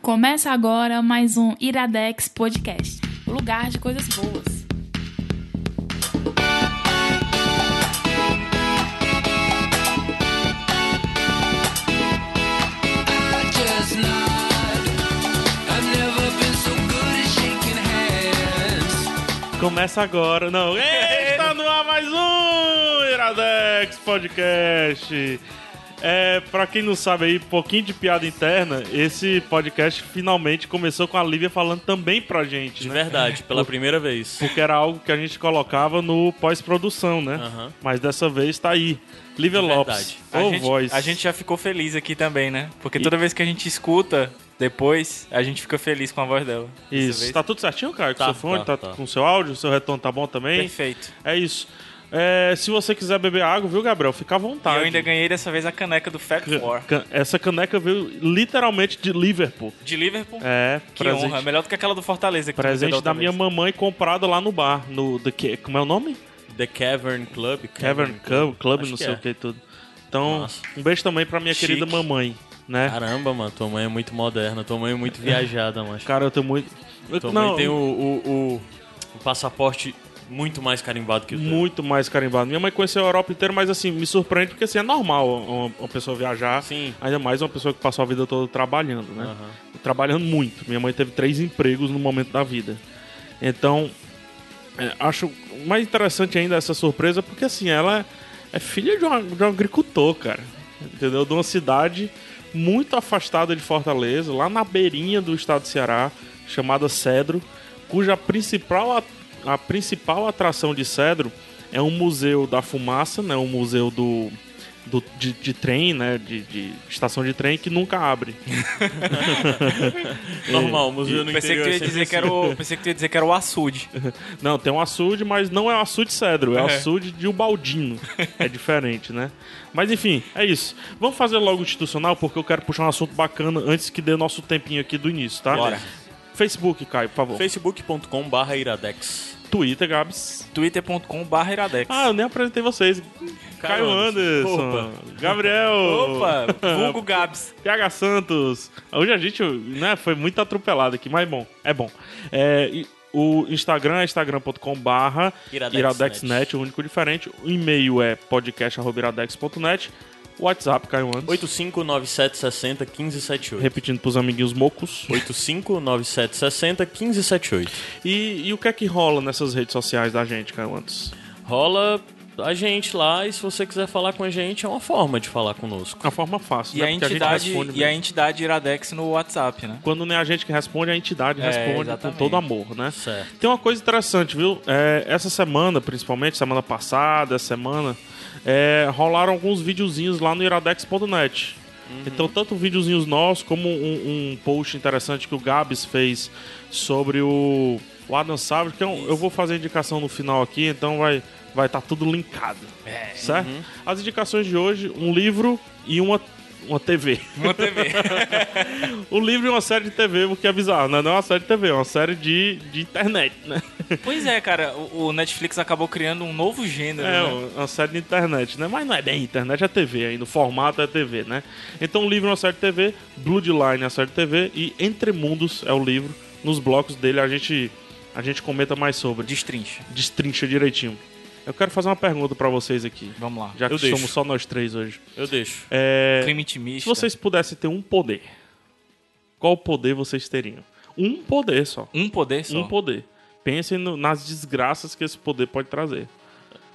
Começa agora mais um Iradex Podcast o lugar de coisas boas. Começa agora, não. Está no ar mais um Iradex Podcast. É, pra quem não sabe aí, pouquinho de piada interna, esse podcast finalmente começou com a Lívia falando também pra gente, De né? verdade, pela primeira vez. Porque era algo que a gente colocava no pós-produção, né? Aham. Mas dessa vez tá aí. Lívia De Lopes, verdade. A ou gente, voz. a gente já ficou feliz aqui também, né? Porque toda vez que a gente escuta depois, a gente fica feliz com a voz dela. Dessa Isso. vez, Tá tudo certinho, cara? Com Tá, seu fone, tá, tá, tá. com seu áudio, seu retorno tá bom também? Perfeito. É isso. É, se você quiser beber água, viu, Gabriel? Fica à E vontade. eu ainda ganhei dessa vez a caneca do Fat War. Can- Essa caneca veio literalmente de Liverpool. De Liverpool. É, que presente, honra. Melhor do que aquela do Fortaleza. Que tu me deu presente da outra minha vez. mamãe comprada lá no bar, no The Ca- como é o nome? The Cavern Club. Cavern Club, Club Acho não que sei é. o que e tudo. Então, Massa. um beijo também pra minha Chique. querida mamãe, né? Caramba, mano, tua mãe é muito moderna, tua mãe é muito viajada, mano. Cara, eu tô muito eu, Tua não, mãe tem um- o, o, o- o passaporte muito mais carimbado que o teu. muito mais carimbado. Minha mãe conheceu a Europa inteira, mas assim, me surpreende porque assim é normal uma, uma pessoa viajar. Sim. Ainda mais uma pessoa que passou a vida toda trabalhando, né? Aham. trabalhando muito. Minha mãe teve três empregos no momento da vida. Então, é, acho mais interessante ainda essa surpresa, porque assim, ela é filha de, uma- de um agricultor, cara. Entendeu? De uma cidade muito afastada de Fortaleza, lá na beirinha do estado do Ceará, chamada Cedro, cuja principal, a- a principal atração de Cedro é um museu da fumaça, né? Um museu do, do- de, de trem, né? De, de estação de trem que nunca abre. Normal, o museu no Pensei que, interior tu é ia sempre dizer que assim. era o, pensei que tu ia dizer que era o açude. Não, tem um açude, mas não é um açude cedro, é um É. açude de Ubaldino. é diferente, né? Mas enfim, é isso. Vamos fazer logo o institucional, porque eu quero puxar um assunto bacana antes que dê nosso tempinho aqui do início, tá? Bora. Facebook, Caio, por favor. facebook.com barra iradex. Twitter, Gabs. twitter.com.br iradex. Ah, eu nem apresentei vocês. Caio, Anderson. Gabriel. Opa! Vulgo Gabs. PH Santos. Hoje a gente né, foi muito atropelado aqui, mas bom, é bom. É, e o Instagram é instagram.com barra Iradexnet. iradexnet, o único diferente. O e-mail é podcast.iradex.net. O WhatsApp, Caio Andes. 859760 1578. Repetindo pros amiguinhos mocos. 859760 1578. E, e o que é que rola nessas redes sociais da gente, Caio Andes? Rola a gente lá e se você quiser falar com a gente, é uma forma de falar conosco. Uma forma fácil, E né? a Porque entidade, gente responde e a mesmo. entidade iradex no WhatsApp, né? Quando não é a gente que responde, a entidade É, responde com exatamente. todo amor, né? Certo. Tem uma coisa interessante, viu? É, essa semana, principalmente, semana passada, essa semana, é, rolaram alguns videozinhos lá no iradex.net. Então, tanto videozinhos nossos, como um, um post interessante que o Gabs fez sobre o, o Adam Savage, que é um- eu, vou fazer a indicação no final aqui, então vai estar vai tá tudo linkado. Certo? As indicações de hoje, um livro e uma, uma TV. Uma TV. O livro é uma série de TV, o que é bizarro, né? Não é uma série de TV, é uma série de, de internet, né? Pois é, cara, o o Netflix acabou criando um novo gênero. É, né? uma série de internet, né? Mas não é bem internet, é TV ainda. O formato é TV, né? Então, o livro é uma série de TV, Bloodline é uma série de TV e Entre Mundos é o livro. Nos blocos dele a gente, a gente comenta mais sobre. Destrincha. Destrincha direitinho. Eu quero fazer uma pergunta pra vocês aqui. Vamos lá. Já que Eu deixo. somos só nós três hoje. Eu deixo. É, Clima intimista. se vocês pudessem ter um poder, qual poder vocês teriam? Um poder só. Um poder só. Um poder. Pensem no- nas desgraças que esse poder pode trazer.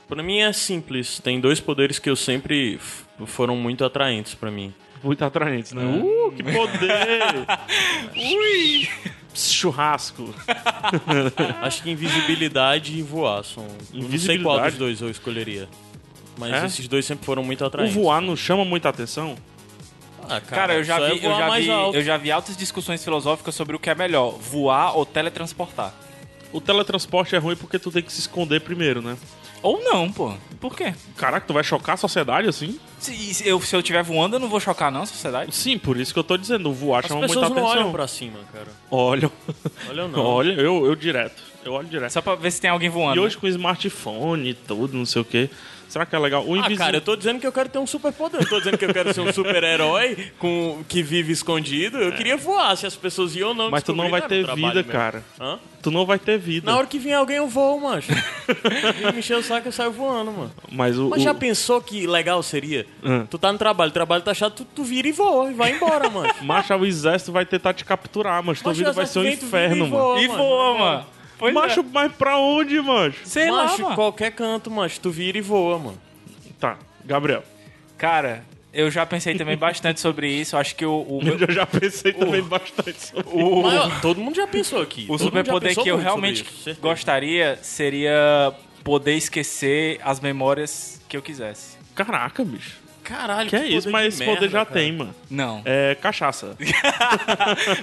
Pra mim é simples. Tem dois poderes que eu sempre f- foram muito atraentes pra mim. Muito atraentes, né? Uh, que poder! Ui! Churrasco. Acho que invisibilidade e voar são. eu Não sei qual Invisibilidade? dos dois eu escolheria. Mas É? esses dois sempre foram muito O atraentes. voar não chama muita atenção? Ah, Cara, eu já, só é vi, eu, voar já mais vi, alto. eu já vi altas discussões filosóficas sobre o que é melhor, voar ou teletransportar. O teletransporte é ruim porque tu tem que se esconder primeiro, né? Ou não, pô. Por quê? Caraca, tu vai chocar a sociedade assim? Se, se eu, se eu tiver voando, eu não vou chocar não, a sociedade. Sim, por isso que eu tô dizendo, o voar As chama pessoas muita não atenção. olham pra cima, cara. Olham. Olham não. Olha, eu, eu direto. Eu olho direto. É Só pra ver se tem alguém voando. E né? hoje com smartphone e tudo, não sei o quê. Será que é legal? O Ah, invisível. cara, eu tô dizendo que eu quero ter um superpoder. Eu tô dizendo que eu quero ser um super-herói com- que vive escondido. Eu queria voar, se as pessoas iam ou não Mas tu não descobrir, vai era ter um trabalho vida, mesmo. cara. Hã? Tu não vai ter vida. Na hora que vier alguém, eu voo, mancho. Me encher o saco, eu saio voando, mano. Mas o. Mas já o- Hum. pensou que legal seria? Hã. Tu tá no trabalho, o trabalho tá chato, tu, tu vira e voa, e vai embora, mano. Macho, o exército vai tentar te capturar, mas tua Macho, vida o vai ser um exército vem, tu inferno, vira e mano. voa, E mano. voa, mano. Pois é. Macho, mas pra onde, mancho? Sei lá, Macho, mano. qualquer canto, macho, tu vira e voa, mano. Tá, Gabriel. Cara, eu já pensei também bastante sobre isso. Acho que o, o, meu- Eu já pensei também bastante sobre o- Mas, ó, todo mundo já pensou aqui. o Todo mundo já superpoder pensou que eu muito sobre realmente isso, certeza. gostaria seria poder esquecer as memórias que eu quisesse. Caraca, bicho. Caralho, Que é isso, poder mas de esse merda, poder já cara. tem, mano. Não. É cachaça.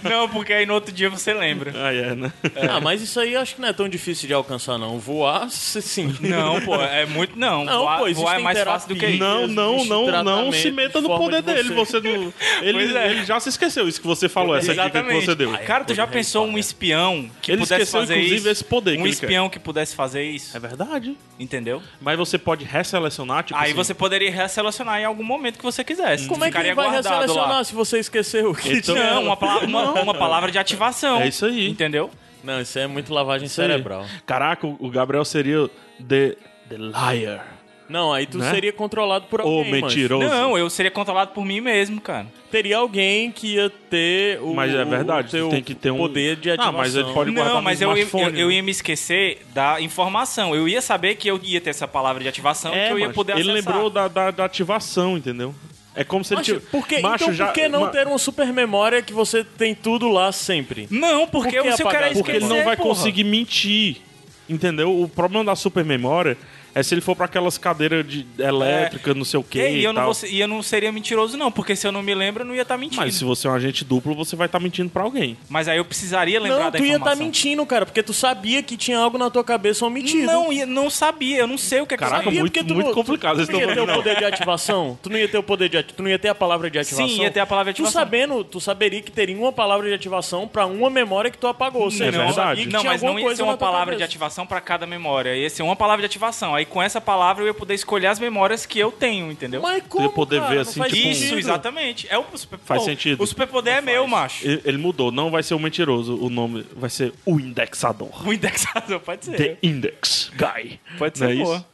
Não, porque aí no outro dia você lembra. Ah, é, né? Ah, mas isso aí eu acho que não é tão difícil de alcançar, não. Voar, c- sim. Não, pô, é muito. Não, Não, pô, voar, voar é existem mais fácil do que terapias. isso. Não, Deus, não, bicho, não, não se tratamento, meta no forma poder de dele. Você você. não. Ele, Pois é. ele já se esqueceu, isso que você falou, essa dica que Exatamente. você deu. Cara, tu já pensou um espião que Ele pudesse esqueceu, fazer inclusive, isso? esse poder que um ele quer. espião que pudesse fazer isso, É verdade. entendeu? Mas você pode resselecionar, tipo. Aí assim, você poderia resselecionar em algum momento que você quisesse. Como é que Ficaria ele vai guardado resselecionar lá. se você esqueceu o que Então- tinha? Não, uma, pala- uma- uma palavra de ativação. É isso aí. Entendeu? Não, isso é muito lavagem isso aí. cerebral. Caraca, o o Gabriel seria o The, the Liar. Não, aí tu Né? seria controlado por alguém, Ou mancho. mentiroso. Não, eu seria controlado por mim mesmo, cara. Teria alguém que ia ter o Mas é verdade, o teu tem que ter um- poder de Ah, ativação. mas ele pode- guardar Não, no mas eu ia, smartphone, eu- eu né? ia me esquecer da informação. Eu ia saber que eu ia ter essa palavra de ativação É, Então, que eu ia macho, poder ele acessar. lembrou da, da, da ativação, entendeu? É como se ele Macho, tivesse. por que- então por que não um ter uma super memória que você tem tudo lá sempre? Não, porque Por que se o cara apagar? Porque esquecer, ele não vai É, porra. conseguir mentir. Entendeu? O problema da super memória é se ele for pra aquelas cadeiras de elétrica, não sei o quê. É. E, aí E, eu não tal. vou ser- e eu não seria mentiroso, não, porque se eu não me lembro, eu não ia estar mentindo. Mas Mas, se você é um agente duplo, você vai estar mentindo pra alguém. aí eu precisaria lembrar Não, da tu ia tá informação. estar mentindo, cara, porque tu sabia que tinha algo na tua cabeça omitido. Não, ia- não sabia, eu não sei o que é que Caraca, eu sabia. muito- porque tu não- complicado esse Tu não teu ia ter o nome, não. poder de ativação? Tu não ia ter o poder de ati- Tu não ia ter a palavra de ativação? ia ter a palavra de Tu ativação. sabendo, tu saberia que teria uma palavra de ativação pra uma memória que tu apagou. Ou seja, É tu verdade. sabia que Não, tinha mas alguma não ia coisa ser na uma tua palavra de cabeça. ativação pra cada memória. Ia ser uma palavra de ativação. Aí com essa palavra eu ia poder escolher as memórias que eu tenho, entendeu? Mas como, poder cara? ver, Não assim, faz tipo, um- Isso, sentido. exatamente. É o super... Faz Pô, sentido. O superpoder é meu, macho. Ele ele mudou, não vai ser o mentiroso. O nome vai ser o indexador. O indexador pode ser. The Index Guy. É. Pode Não ser é boa. isso?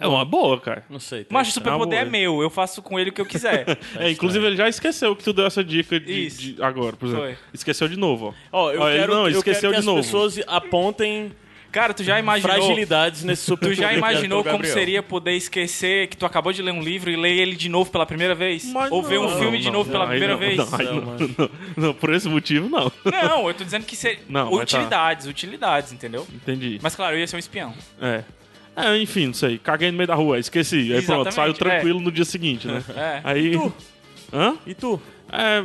É uma boa, cara. Não sei. tá? Macho, o É superpoder uma é boa. meu. Eu faço com ele o que eu quiser. É, inclusive ele já esqueceu que tu deu essa dica de, Isso. de- agora, por exemplo. Foi. Esqueceu de novo, ó. Ó, eu Ó, ele quero, não, eu esqueceu quero que de novo. as pessoas apontem Cara, tu já imaginou... fragilidades nesse super Tu já imaginou como seria poder esquecer que tu acabou de ler um livro e ler ele de novo pela primeira vez? Mas Ou não. ver um filme de Não, novo não, pela aí primeira não, vez? Não, aí Não, não, não, não, por esse motivo, não. Não, eu tô dizendo que ser Não, mas tá. utilidades, utilidades, entendeu? Entendi. Mas claro, eu ia ser um espião. É. É, enfim, não sei. Caguei no meio da rua, esqueci. Aí pronto, Exatamente, saiu tranquilo no dia seguinte, né? É. Aí. é. tu? Hã? E tu? É.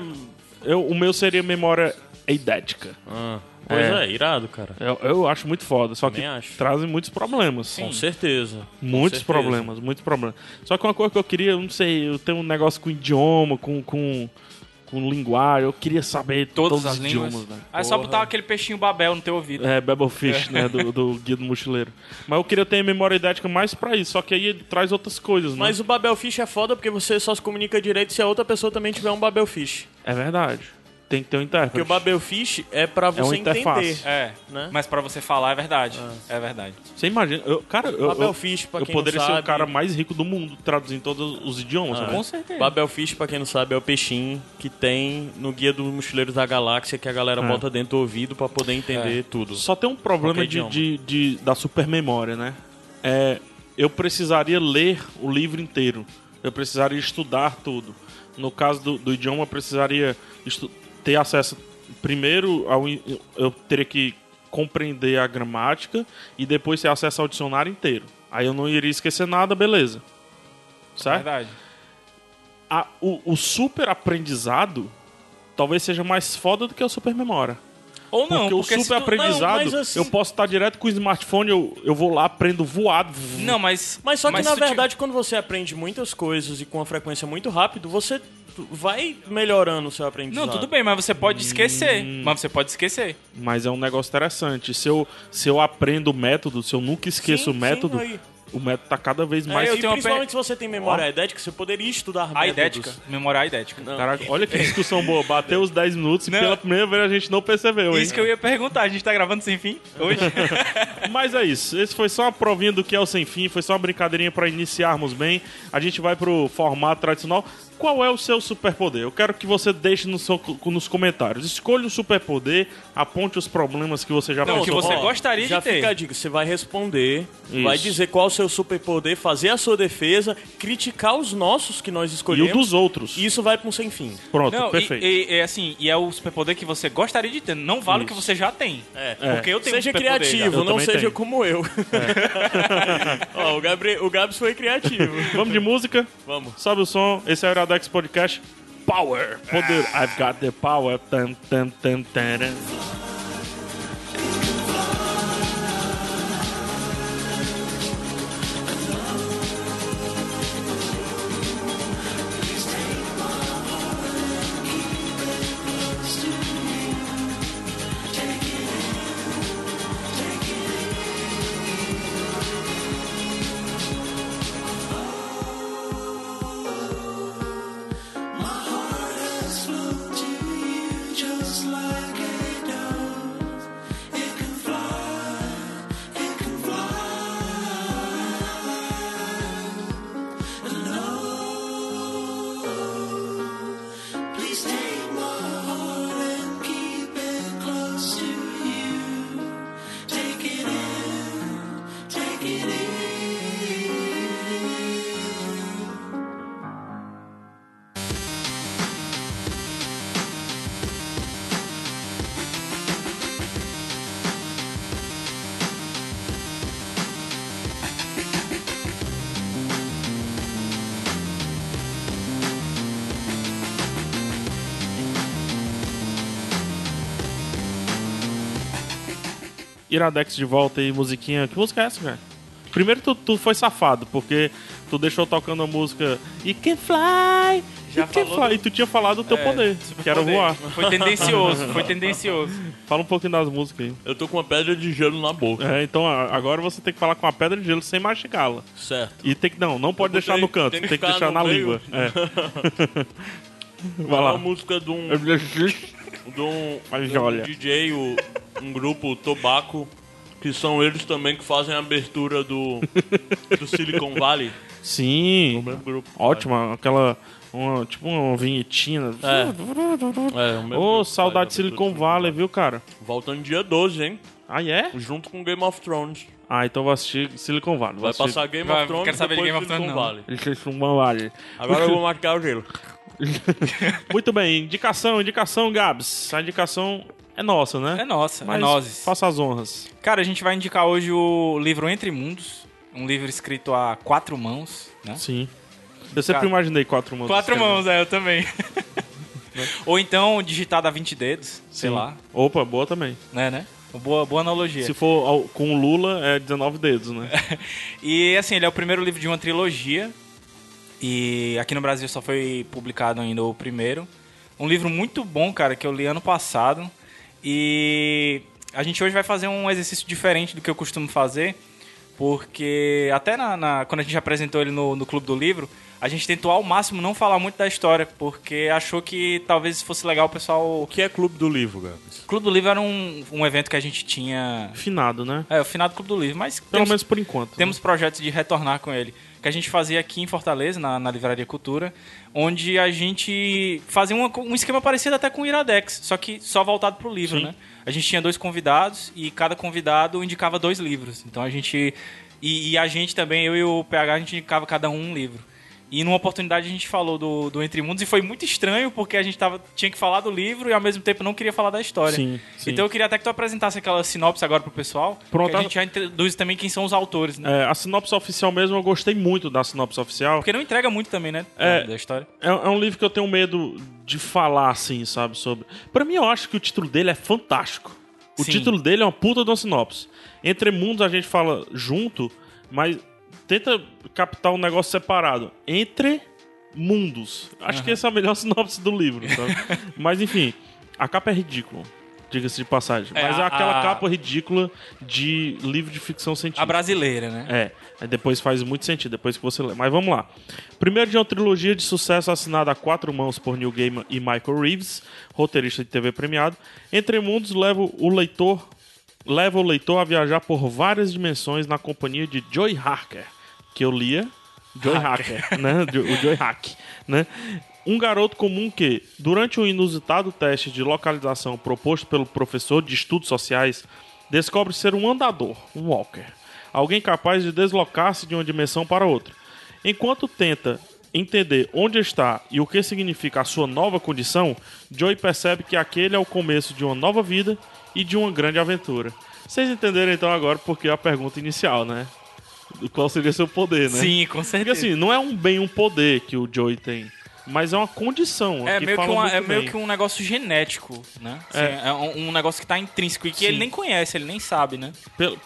Eu, o meu seria memória eidética. Ah, pois é. irado, cara. Eu, eu acho muito foda, só que Também acho. trazem muitos problemas. Com certeza. Com Muitos certeza. problemas, muitos problemas. Só que uma coisa que eu queria, eu não sei, eu tenho um negócio com idioma, com, com, com linguagem, eu queria saber Todas todos as os línguas. idiomas, né? Ah, é Aí só botar aquele peixinho babel no teu ouvido. É, Babelfish, né, do, do Guia do Mochileiro. Mas eu queria ter memória idética mais pra isso, só que aí ele traz outras coisas, né? Mas o Babelfish é foda porque você só se comunica direito se a outra pessoa também tiver um Babelfish. É verdade. Tem que ter um intérprete. Porque o Babelfish é pra uma você interface. entender. É, Né? Ah. mas pra você falar é verdade. É verdade. Você imagina, eu, cara, eu, eu, Babelfish, pra eu quem não poderia ser o sabe. Ah, cara mais rico do mundo, traduzindo todos os idiomas, né? Com certeza. Babelfish, É. pra quem não sabe, é o peixinho que tem no Guia dos Mochileiros da Galáxia que a galera É. bota dentro do ouvido pra poder É. entender tudo. Só tem um problema Qualquer de, idioma. de, de- da supermemória, né? É, eu precisaria ler o livro inteiro. Eu precisaria estudar tudo. No caso do, do idioma, eu precisaria estu- ter acesso primeiro ao. in- Eu teria que compreender a gramática e depois ter acesso ao dicionário inteiro. Aí eu não iria esquecer nada, beleza. Certo? Verdade. a- o, o super aprendizado talvez seja mais foda do que o super memória. Ou Porque, não, porque, o se super tu- aprendizado, não, mas assim- eu posso estar direto com o smartphone, eu, eu vou lá, aprendo voado. Não, mas... Mas só que na se tu ti- verdade, quando você aprende muitas coisas e com uma frequência muito rápido, você vai melhorando o seu aprendizado. Não, tudo bem, mas você pode esquecer. Hum. Mas você pode esquecer. Mas é um negócio interessante. Se eu, se eu aprendo o método, se eu nunca esqueço Sim, o método, sim, aí. o método tá cada vez Mas mais. É, eu e tenho uma principalmente pe- se você tem memória é idética, você poderia estudar A idética. métodos. Memorar a idética. Não. Caraca, olha que discussão boa. Bateu os 10 minutos e Não. pela primeira vez a gente não percebeu, hein? Isso que eu ia perguntar. A gente tá gravando sem fim hoje? Mas é isso. Esse foi só uma provinha do que é o Sem Fim. Foi só uma brincadeirinha pra iniciarmos bem. A gente vai pro formato tradicional. Qual é o seu superpoder? Eu quero que você deixe no seu- nos comentários. Escolha o superpoder, aponte os problemas que você já Não, passou. que você Ó, gostaria de já ter. fica a dica, você vai responder, vai Isso. dizer qual o seu superpoder, fazer a sua defesa, criticar os nossos que nós E o escolhemos. dos outros. e isso vai para um sem fim. Pronto, Não, e, perfeito. e- e, assim, e é o superpoder que você gostaria de ter. Não vale o que Isso. você já tem. É. Porque eu tenho um seja superpoder criativo, Eu não também seja tenho. como eu. Ó, o, Gabriel, o Gabs foi criativo. Vamos de música? Vamos. Sobe o som. Esse é o Iradex Podcast. Power! Poder. I've got the power. Tan, tan, tan, taran. Please take my heart and keep it close to you. Take it in, take it in. Iradex de volta e musiquinha. Que música é essa, cara? Primeiro tu, tu foi safado, porque tu deixou tocando a música You Can Fly, Já You Can falou É, Fly, e tu tinha falado do teu poder, que era Superpoder. voar. Foi tendencioso, foi tendencioso. Fala um pouquinho das músicas aí. Eu tô com uma pedra de gelo na boca. É, então a- agora você tem que falar com a pedra de gelo sem mastigá-la. Certo. E tem que, não, não pode Eu deixar botei- no canto, tem tem que que, ficar deixar no na meio. língua. É. Vai É uma lá. música de um, de um, Mas de um olha. DJ, o- um grupo, o Tobaco, que são eles também que fazem a abertura do, do Silicon Valley. Sim, O mesmo grupo. ótima, aquela, uma, tipo uma vinhetinha. É, o mesmo Ô, grupo saudade de faz a abertura do Silicon Valley, viu, cara? Voltando dia 12, hein? Aí é? Junto com Game of Thrones. Ah, então vou assistir Silicon Valley. Vai passar Game Vai, of Thrones quero saber de depois Game of Silicon Thrones, não. Valley. Valley. Agora eu vou marcar o gelo. Muito bem, indicação, indicação, Gabs. A indicação é nossa, né? É nossa, é Mas nozes. Faça as honras. Cara, a gente vai indicar hoje o livro Entre Mundos, um livro escrito a quatro mãos, né? Sim. Eu sempre Cara. imaginei quatro mãos. Quatro escrevendo. mãos, é, eu também. Ou então digitado a 20 dedos, sei Sim. lá, É. Opa, boa também. né, né? Boa, boa analogia. Se for ao- com o Lula, é 19 dedos, né? E assim, ele é o primeiro livro de uma trilogia. E aqui no Brasil só foi publicado ainda o primeiro. Um livro muito bom, cara, que eu li ano passado. E a gente hoje vai fazer um exercício diferente do que eu costumo fazer. Porque até na, na- quando a gente apresentou ele no, no Clube do Livro, a gente tentou ao máximo não falar muito da história, porque achou que talvez fosse legal o pessoal. O que é Clube do Livro, Gabs? O Clube do Livro era um, um evento que a gente tinha. Finado, né? É, o final do Clube do Livro, mas um Pelo temos- menos por enquanto. né? temos projetos de retornar com ele, que a gente fazia aqui em Fortaleza, na, na Livraria Cultura, onde a gente fazia uma co- um esquema parecido até com o Iradex, só que só voltado para o livro, Sim. né? A gente tinha dois convidados e cada convidado indicava dois livros. Então a gente. E, e a gente também, eu e o PH, a gente indicava cada um um livro. E numa oportunidade a gente falou do, do Entre Mundos e foi muito estranho porque a gente tava, tinha que falar do livro e ao mesmo tempo não queria falar da história. Sim, sim. Então eu queria até que tu apresentasse aquela sinopse agora pro pessoal. Pronto, que a a- gente já introduz também quem são os autores, né? É, a sinopse oficial mesmo, eu gostei muito da sinopse oficial. Porque não entrega muito também, né? É. Da história. É, é um livro que eu tenho medo de falar, assim, sabe? Sobre. Pra mim, eu acho que o título dele é fantástico. O Sim. título dele é uma puta de uma sinopse. Entre mundos a gente fala junto, mas tenta captar um negócio separado. Entre mundos. Acho que essa é a melhor sinopse do livro, sabe? mas enfim, a capa é ridícula. diga-se de passagem. É, Mas é a- aquela a- capa ridícula de livro de ficção científica. A brasileira, né? É, aí depois faz muito sentido, depois que você lê. Mas vamos lá. Primeiro de uma trilogia de sucesso assinada a quatro mãos por Neil Gaiman e Michael Reeves, roteirista de TV premiado. Entre Mundos leva o leitor leva o leitor a viajar por várias dimensões na companhia de Joy Harker, que eu lia Joy Hacker, né? Jo- O Joy Hack, né? Um garoto comum que, durante um inusitado teste de localização proposto pelo professor de estudos sociais, descobre ser um andador, um walker, alguém capaz de deslocar-se de uma dimensão para outra. Enquanto tenta entender onde está e o que significa a sua nova condição, Joey percebe que aquele é o começo de uma nova vida e de uma grande aventura. Vocês entenderam então agora porque a pergunta inicial, né? Qual seria seu poder, né? É, Sim, com Porque certeza. assim, não é um bem, um poder que o Joey tem, mas é uma condição. é que meio que, fala uma- muito é meio bem. que um negócio genético, né? Assim, é. um, um negócio que tá intrínseco e que ele Sim. nem conhece, ele nem sabe, né? Pelo-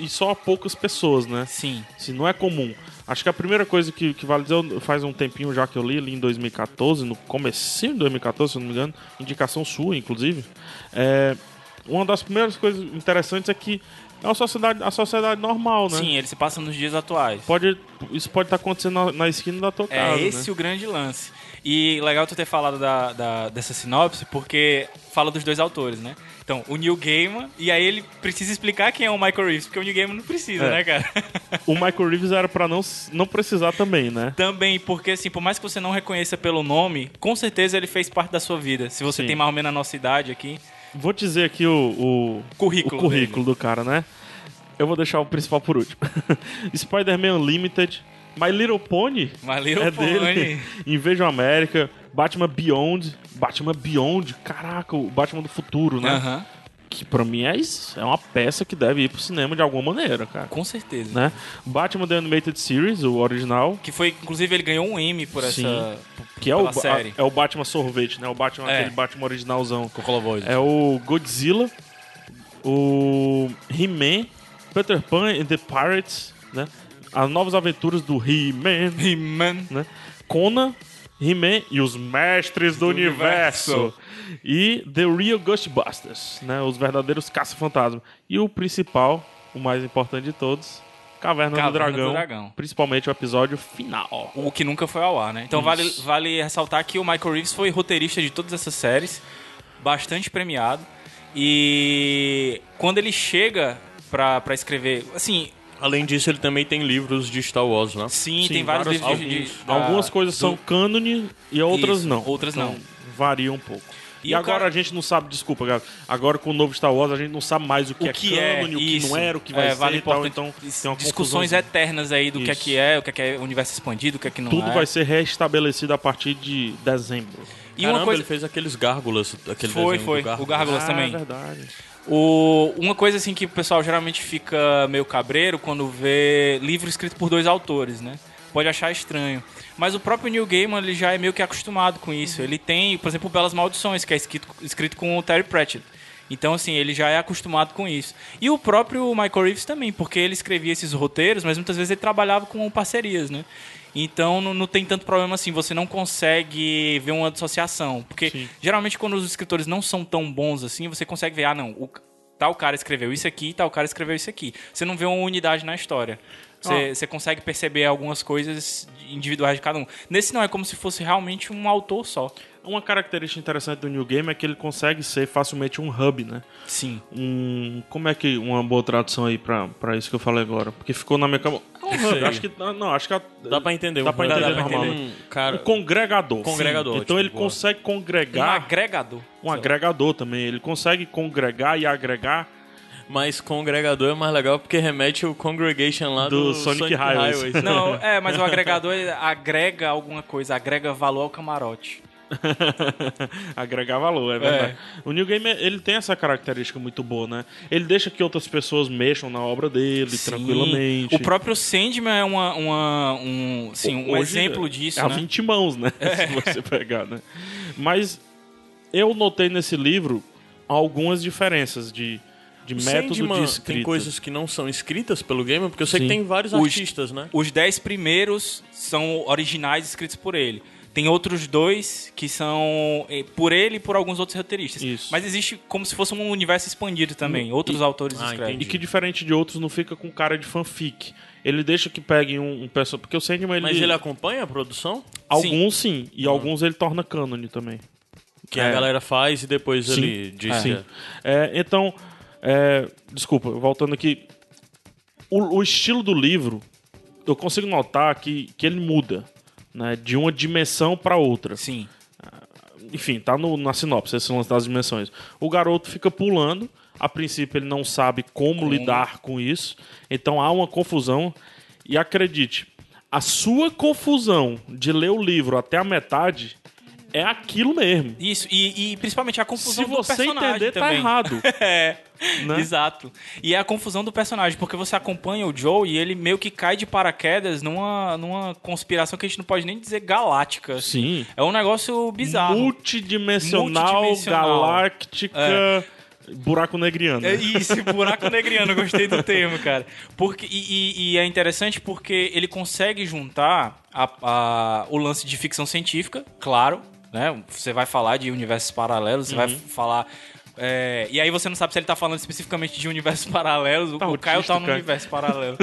E só poucas pessoas, né? Sim. Assim, não é comum. Acho que a primeira coisa que, que vale dizer, eu- faz um tempinho já que eu li, li em 2014, no comecinho de 2014, se eu não me engano, indicação sua, inclusive. É, uma das primeiras coisas interessantes é que é uma sociedade, a sociedade normal, né? Sim, ele se passa nos dias atuais. Pode, isso pode estar acontecendo na, na esquina da tua É casa, esse né? o grande lance. E legal tu ter falado da, da- dessa sinopse, porque fala dos dois autores, né? Então, o Neil Gaiman, e aí ele precisa explicar quem é o Michael Reeves, porque o Neil Gaiman não precisa, É. né, cara? O Michael Reeves era pra não, s- não precisar também, né? Também, porque assim, por mais que você não reconheça pelo nome, com certeza ele fez parte da sua vida. Se você Sim. tem mais ou menos a nossa idade aqui. Vou dizer aqui o, o Currículo o currículo do cara, né? Eu vou deixar o principal por último. Spider-Man Unlimited, My Little Pony My Little é Pony. dele, Invejo América, Batman Beyond, Batman Beyond, caraca, o Batman do futuro, né? Aham, Que pra mim é isso, é uma peça que deve ir pro cinema de alguma maneira, cara. com certeza. Né? Batman The Animated Series, o original, Que foi, inclusive, ele ganhou um M por essa Sim. por- que é o, pela ba- série. é o Batman sorvete, né? O Batman, É. aquele Batman originalzão. Coca-Cola Boys. É o Godzilla, o He-Man, Peter Pan and the Pirates, né? As novas aventuras do He-Man, He-Man. né? Conan, He-Man e os Mestres do, universo. E The Real Ghostbusters, né? Os verdadeiros caça-fantasma. E o principal, o mais importante de todos, Caverna, do, Caverna do Dragão, Dragão. Principalmente o episódio final. O que nunca foi ao ar, né? Então vale, Isso. vale ressaltar que o Michael Reeves foi roteirista de todas essas séries, bastante premiado. E quando ele chega pra, pra escrever. Assim, Além disso, ele também tem livros de Star Wars, né? sim, Sim, tem vários, vários- livros de- de, alguns- da- Algumas coisas do- são cânone e outras Isso, não. outras Então, não. Varia um pouco. E, E o agora cara- a gente não sabe, desculpa, galera. Agora com o novo Star Wars a gente não sabe mais o que, O é que é, cânone, o que isso. não era, o que vai É, ser vale e tal. importante- Então tem uma discussões confusãozinha. eternas aí do que é que Isso. é, o que é que é universo expandido, o que é que não Tudo é. vai ser restabelecido a partir de dezembro. E Caramba, uma coisa. ele fez aqueles gárgulas, aquele Foi, desenho foi. do Gárgulas. O Gárgulas Ah, também. verdade. O- uma coisa assim que o pessoal geralmente fica meio cabreiro quando vê livro escrito por dois autores, né? Pode achar estranho. Mas o próprio Neil Gaiman ele já é meio que acostumado com isso. Ele tem, por exemplo, Belas Maldições, que é escrito, escrito com o Terry Pratchett. Então, assim, ele já é acostumado com isso. E o próprio Michael Reeves também, porque ele escrevia esses roteiros, mas muitas vezes ele trabalhava com parcerias, né? Então não, não tem tanto problema assim, você não consegue ver uma dissociação. Porque geralmente quando os escritores não são tão bons assim, você consegue ver, ah, não, o, c- tal cara escreveu isso aqui, tal cara escreveu isso aqui. Você não vê uma unidade na história. Você, você consegue perceber algumas coisas individuais de cada um. Nesse não, é como se fosse realmente um autor só. Uma característica interessante do New Game é que ele consegue ser facilmente um hub, né? Sim. um. Como é que. Uma boa tradução aí pra, pra isso que eu falei agora? Porque ficou na minha cabeça. É Não, um sei. acho que. Não, acho que. a- Dá pra entender. Dá pra Dá- dá entender pra normal. entender. né? Um cara- Um congregador. Congregador, Então tipo, ele boa. consegue Um congregar. agregador. Um agregador também. Ele consegue congregar e agregar. Mas congregador é mais legal porque remete o congregation lá Do do, Sonic Highways. Não, é, mas o agregador ele agrega alguma coisa, agrega valor ao camarote. agregar valor, é verdade. O New Game ele tem essa característica muito boa, né? Ele deixa que outras pessoas mexam na obra dele Sim. tranquilamente. O próprio Sandman é uma, uma- um, sim, um Hoje, exemplo disso, É a né? 20 mãos, né? Se É. você pegar, né? Mas eu notei nesse livro algumas diferenças de, de O método Sandman de escrita. tem coisas que não são escritas pelo Gamer, porque eu sei Sim. que tem vários Os- artistas, né? Os dez primeiros são originais escritos por ele. Tem outros dois que são eh, por ele e por alguns outros roteiristas. Isso. Hum, Mas existe como se fosse um universo expandido também. outros autores Ah, escrevem. E que diferente de outros, não fica com cara de fanfic. Ele deixa que peguem um, um pessoal. Porque o Sandman, ele, Mas ele é- Uhum. acompanha a produção? alguns sim, e alguns ele torna cânone também. Que É. a galera faz e depois Sim. ele diz. Sim. que- É, então, é, desculpa, voltando aqui. O, o estilo do livro, eu consigo notar que, que ele muda né, de uma dimensão para outra. Sim. Enfim, tá no- na sinopse esse lance das dimensões. O garoto fica pulando, a princípio ele não sabe como lidar com isso, então há uma confusão. E acredite, a sua confusão de ler o livro até a metade é aquilo mesmo. Isso, e, e principalmente a confusão Se do você personagem entender, tá também. errado. É, Né? exato. E é a confusão do personagem, porque você acompanha o Joe e ele meio que cai de paraquedas numa, numa conspiração que a gente não pode nem dizer galáctica. Sim. É um negócio bizarro. Multidimensional, Multidimensional. galáctica, buraco negriano. Né? É isso, buraco negriano, eu gostei do termo, cara. Porque, e, e- e é interessante porque ele consegue juntar a- a- o lance de ficção científica, claro, né? Você vai falar de universos paralelos, você vai Uhum. falar. é, e aí você não sabe se ele tá falando especificamente de universos paralelos. o- Tá o Caio autista, tá no cara. universo paralelo.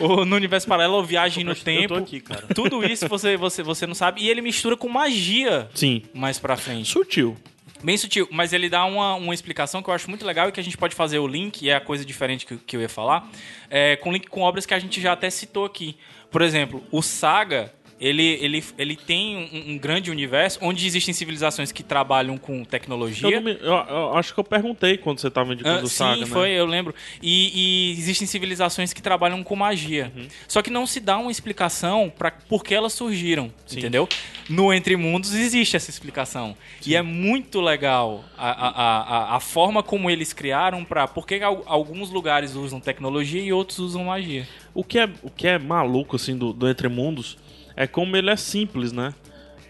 ou no universo paralelo, ou viagem no Eu tô tempo. aqui, cara. Tudo isso você, você, você não sabe. E ele mistura com magia Sim. mais pra frente. Sutil. Bem sutil, mas ele dá uma, uma explicação que eu acho muito legal e que a gente pode fazer o link, e é a coisa diferente que, que eu ia falar, é, com link com obras que a gente já até citou aqui. Por exemplo, o Saga, ele, ele, ele tem um, um grande universo onde existem civilizações que trabalham com Eu, tecnologia. não me- eu- eu acho que eu perguntei quando você tava indicando Ah, o sim, Saga, né? foi, eu lembro. E, e existem civilizações que trabalham com magia. Uhum. Só que não se dá uma explicação para por que elas surgiram, entendeu? No Entre Mundos existe essa explicação. E é muito legal a, a, a- a, a forma como eles criaram para por que al- alguns lugares usam tecnologia e outros usam magia. O que é, o que é maluco, assim, do, do Entre Mundos é como ele é simples, né?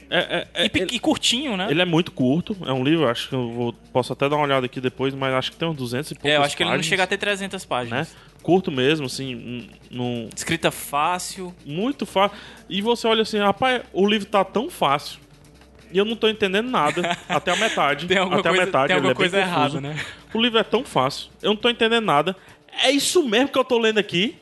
É- é- é- e, pe- e curtinho, né? ele é muito curto, é um livro, acho que eu vou- posso até dar uma olhada aqui depois, mas acho que tem uns 200 e poucos é, eu acho que ele não chega a até... ter 300 um Né? páginas. Curto mesmo, assim, um- num- Escrita fácil. muito fácil. E você olha assim, rapaz, o livro tá tão fácil. E eu não tô entendendo nada. até a metade. Tem alguma até coisa, a metade, tem ele alguma é bem coisa confuso. errada, né? O livro é tão fácil. Eu não tô entendendo nada. É isso mesmo que eu tô lendo aqui.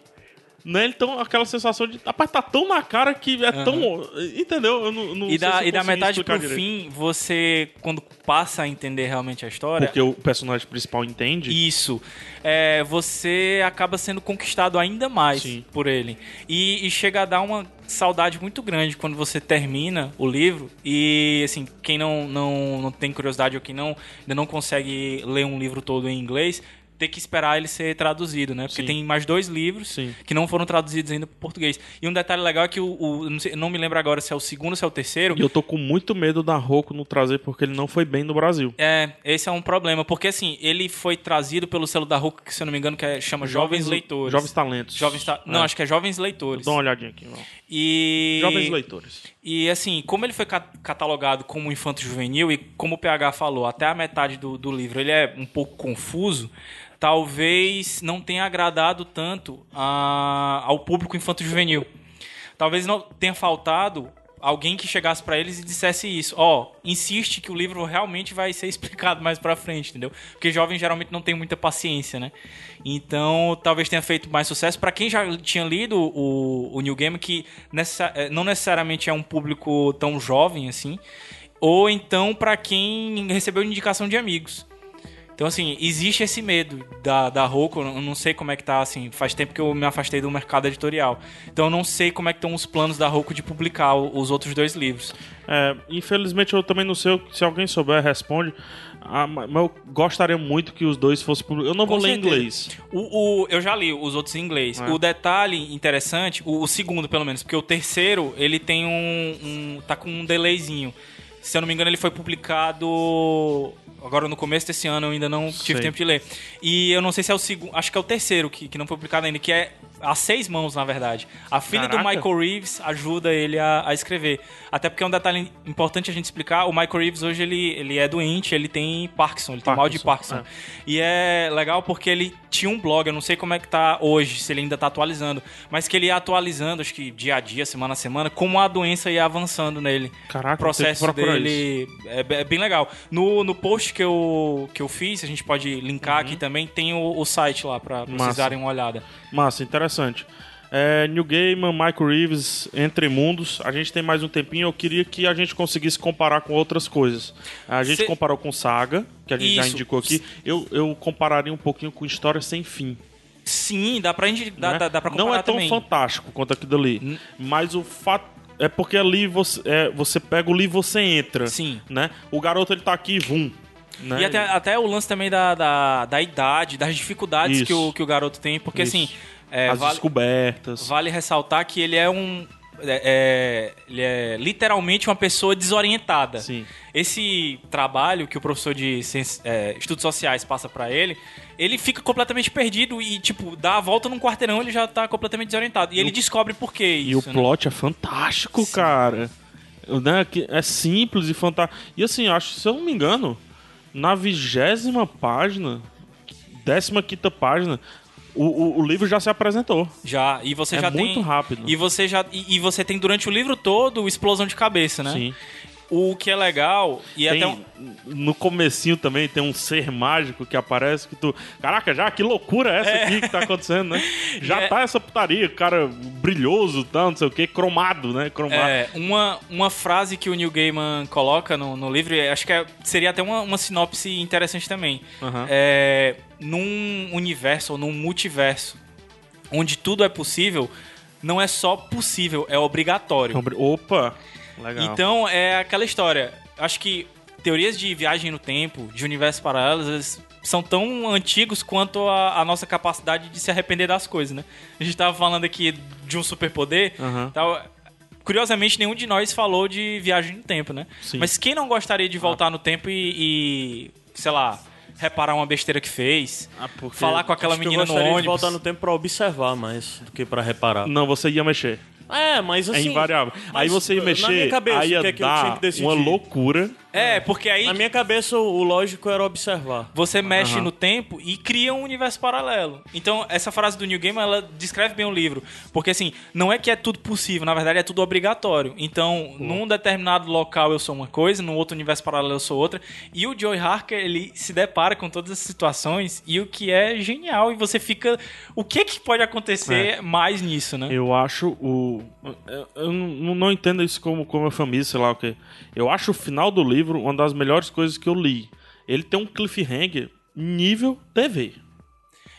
Né? Então, aquela sensação de. Rapaz, tá tão na cara que é tão. Entendeu? Eu não, não E sei da, se eu e da consegui metade explicar pro direito. fim, você, quando passa a entender realmente a história, Porque o personagem principal entende. isso, é, você acaba sendo conquistado ainda mais Sim. por ele. E, e chega a dar uma saudade muito grande quando você termina o livro. E, assim, quem não, não, não tem curiosidade ou quem não, ainda não consegue ler um livro todo em inglês. Ter que esperar ele ser traduzido, né? Porque Sim. tem mais dois livros Sim. que não foram traduzidos ainda para português. E um detalhe legal é que o. o- não, sei- não me lembro agora se é o segundo ou se é o terceiro. E eu tô com muito medo da Roku não trazer porque ele não foi bem no Brasil. É, esse é um problema, porque assim, ele foi trazido pelo selo da Hulk, que se eu não me engano, que é- chama Jovens, Leitores. Jovens Talentos. né? Jovens Ta- Não, acho que é Jovens Leitores. Dá uma olhadinha aqui, vamos. E... Jovens Leitores. E assim, como ele foi ca- catalogado como um infanto juvenil e como o PH falou, até a metade do, do livro ele é um pouco confuso, talvez não tenha agradado tanto a- ao público infanto juvenil. Talvez não tenha faltado alguém que chegasse pra eles e dissesse isso. Ó, insiste que o livro realmente vai ser explicado mais pra frente, entendeu? Porque jovem geralmente não tem muita paciência, né? Então, talvez tenha feito mais sucesso pra quem já tinha lido o, o New Game, que nessa- eh, não necessariamente é um público tão jovem assim, ou então pra quem recebeu indicação de amigos. Então, assim, existe esse medo da, da Roku. Eu não sei como é que tá, assim. Faz tempo que eu me afastei do mercado editorial. Então, eu não sei como é que estão os planos da Roku de publicar o- os outros dois livros. É, infelizmente eu também não sei se alguém souber, responde. Ah, ma- mas eu gostaria muito que os dois fossem publicados. Eu não Com vou ler em certeza. inglês. O, o- eu já li os outros em inglês. É. O detalhe interessante, o, o segundo pelo menos, porque o terceiro, ele tem um, um- tá com um delayzinho. Se eu não me engano, ele foi publicado agora no começo desse ano, eu ainda não tive Sei. tempo de ler. E eu não sei se é o segundo, acho que é o terceiro que, que não foi publicado ainda, que é a seis mãos, na verdade. A filha do Caraca. Michael Reeves ajuda ele a, a escrever. Até porque é um detalhe importante a gente explicar, o Michael Reeves hoje ele, ele é doente, ele tem Parkinson, ele tem mal de Parkinson, Parkinson. E é legal porque ele tinha um blog, eu não sei como é que tá hoje, se ele ainda tá atualizando, mas que ele ia atualizando, acho que dia a dia, semana a semana, como a doença ia avançando nele. Caraca, o processo eu tenho que procurar dele é, be- é bem legal. No, no post que eu, que eu fiz, a gente pode linkar aqui também, tem o, o site lá pra pra vocês Uhum. Massa. darem uma olhada. Massa, interessante. É, New Gaiman, Michael Reeves, Entre Mundos. A gente tem mais um tempinho. Eu queria que a gente conseguisse comparar com outras coisas. A gente Cê- comparou com Saga, que a gente já Isso. indicou aqui. Eu, eu compararia um pouquinho com História Sem Fim. Sim, dá pra, gente, dá, né? dá, dá pra comparar Não é tão também. fantástico quanto aquilo ali. Mas o fato. É porque ali você, é, você pega o livro e você entra. Sim. Né? O garoto ele tá aqui, vum. Né? E até, até o lance também da, da, da idade, das dificuldades Isso. que o, que o garoto tem, porque Isso. assim, é, As vale, descobertas. vale ressaltar que ele é um. É, é- ele é literalmente uma pessoa desorientada. Sim. Esse trabalho que o professor de ciência- é, estudos sociais passa pra ele, ele fica completamente perdido e, tipo, dá a volta num quarteirão ele já tá completamente desorientado. E, ele descobre por que E isso. o né? plot é fantástico, cara. Né? que É simples e fantástico. E assim, eu acho, se eu não me engano, na vigésima página, décima quinta página, o, o, o livro já se apresentou. Já, e você É já tem. muito rápido. E você já. E, e você tem durante o livro todo explosão de cabeça, né? Sim. O que é legal, e Tem- até um, No comecinho também tem um ser mágico que aparece que tu. Caraca, já que loucura é essa aqui que tá acontecendo, né? Já É. tá essa putaria, cara brilhoso, tá, não sei o que, cromado, né? Cromado. É, uma, uma frase que o Neil Gaiman coloca no, no livro, e acho que é- seria até uma, uma sinopse interessante também. Aham. É, num universo ou num multiverso onde tudo é possível, não é só possível, é obrigatório. Opa! Legal. Então é aquela história. Acho que teorias de viagem no tempo, de universos paralelos, eles são tão antigos quanto a, a nossa capacidade de se arrepender das coisas, né? A gente tava falando aqui de um superpoder, Aham. tal. Curiosamente, nenhum de nós falou de viagem no tempo, né? Sim. Mas quem não gostaria de voltar no tempo e, e, sei lá, reparar uma besteira que fez? Ah, porque- falar com aquela Acho que menina eu no gostaria ônibus? de voltar no tempo pra observar mais do que pra reparar. Não, você ia mexer. É, mas É assim... invariável. Aí mas você ia na mexer, minha cabeça, aí ia o que é que eu tinha dar que decidir? uma loucura. É, porque aí Na minha cabeça, o o lógico era observar. Você mexe no tempo e cria um universo paralelo. Então, essa frase do New Game, ela descreve bem o livro. Porque, assim, não é que é tudo possível, na verdade é tudo obrigatório. Então, num determinado local eu sou uma coisa, num outro universo paralelo eu sou outra. E o Joey Harker, ele se depara com todas as situações e o que é genial. E você fica... O que que pode acontecer mais nisso, né? É. Eu acho o. Eu, eu não, não entendo isso como, como a família, sei lá o quê. Eu acho o final do livro uma das melhores coisas que eu li. Ele tem um cliffhanger nível TV.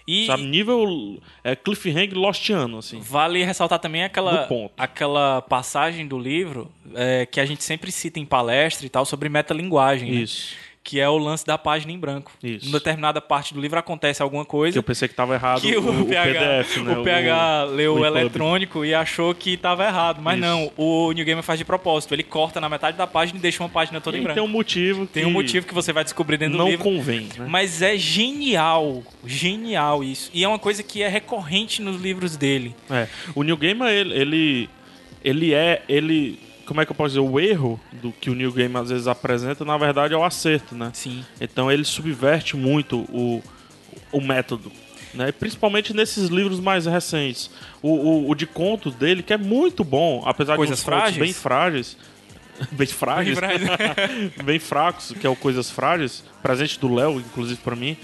E Sabe? Nível. É cliffhanger lostiano, assim. vale ressaltar também aquela, No ponto. aquela passagem do livro é, que a gente sempre cita em palestra e tal, sobre metalinguagem, né? Isso. que é o lance da página em branco. Isso. Em determinada parte do livro acontece alguma Que coisa eu pensei que tava errado que o, o PDF, né? o PH leu o o, EPUB. eletrônico e achou que tava errado. Mas Isso. não, o New Gamer faz de propósito. Ele corta na metade da página e deixa uma página toda em E branco. tem um motivo que. Tem um motivo que você vai descobrir dentro do não livro. convém, né? Mas é genial, genial isso. E é uma coisa que é recorrente nos livros dele. É. O New Gamer, ele, ele, ele é. Ele. Como é que eu posso dizer? O erro do que o New Gamer às vezes apresenta, na verdade, é o acerto, né? Sim. Então ele subverte muito o, o método. Né? Principalmente nesses livros mais recentes. O, o, o de conto dele, que é muito bom, apesar Coisas de uns contos frágeis? bem frágeis. Bem frágeis. Bem bem fracos, que é o Coisas Frágeis, presente do Léo, inclusive pra mim.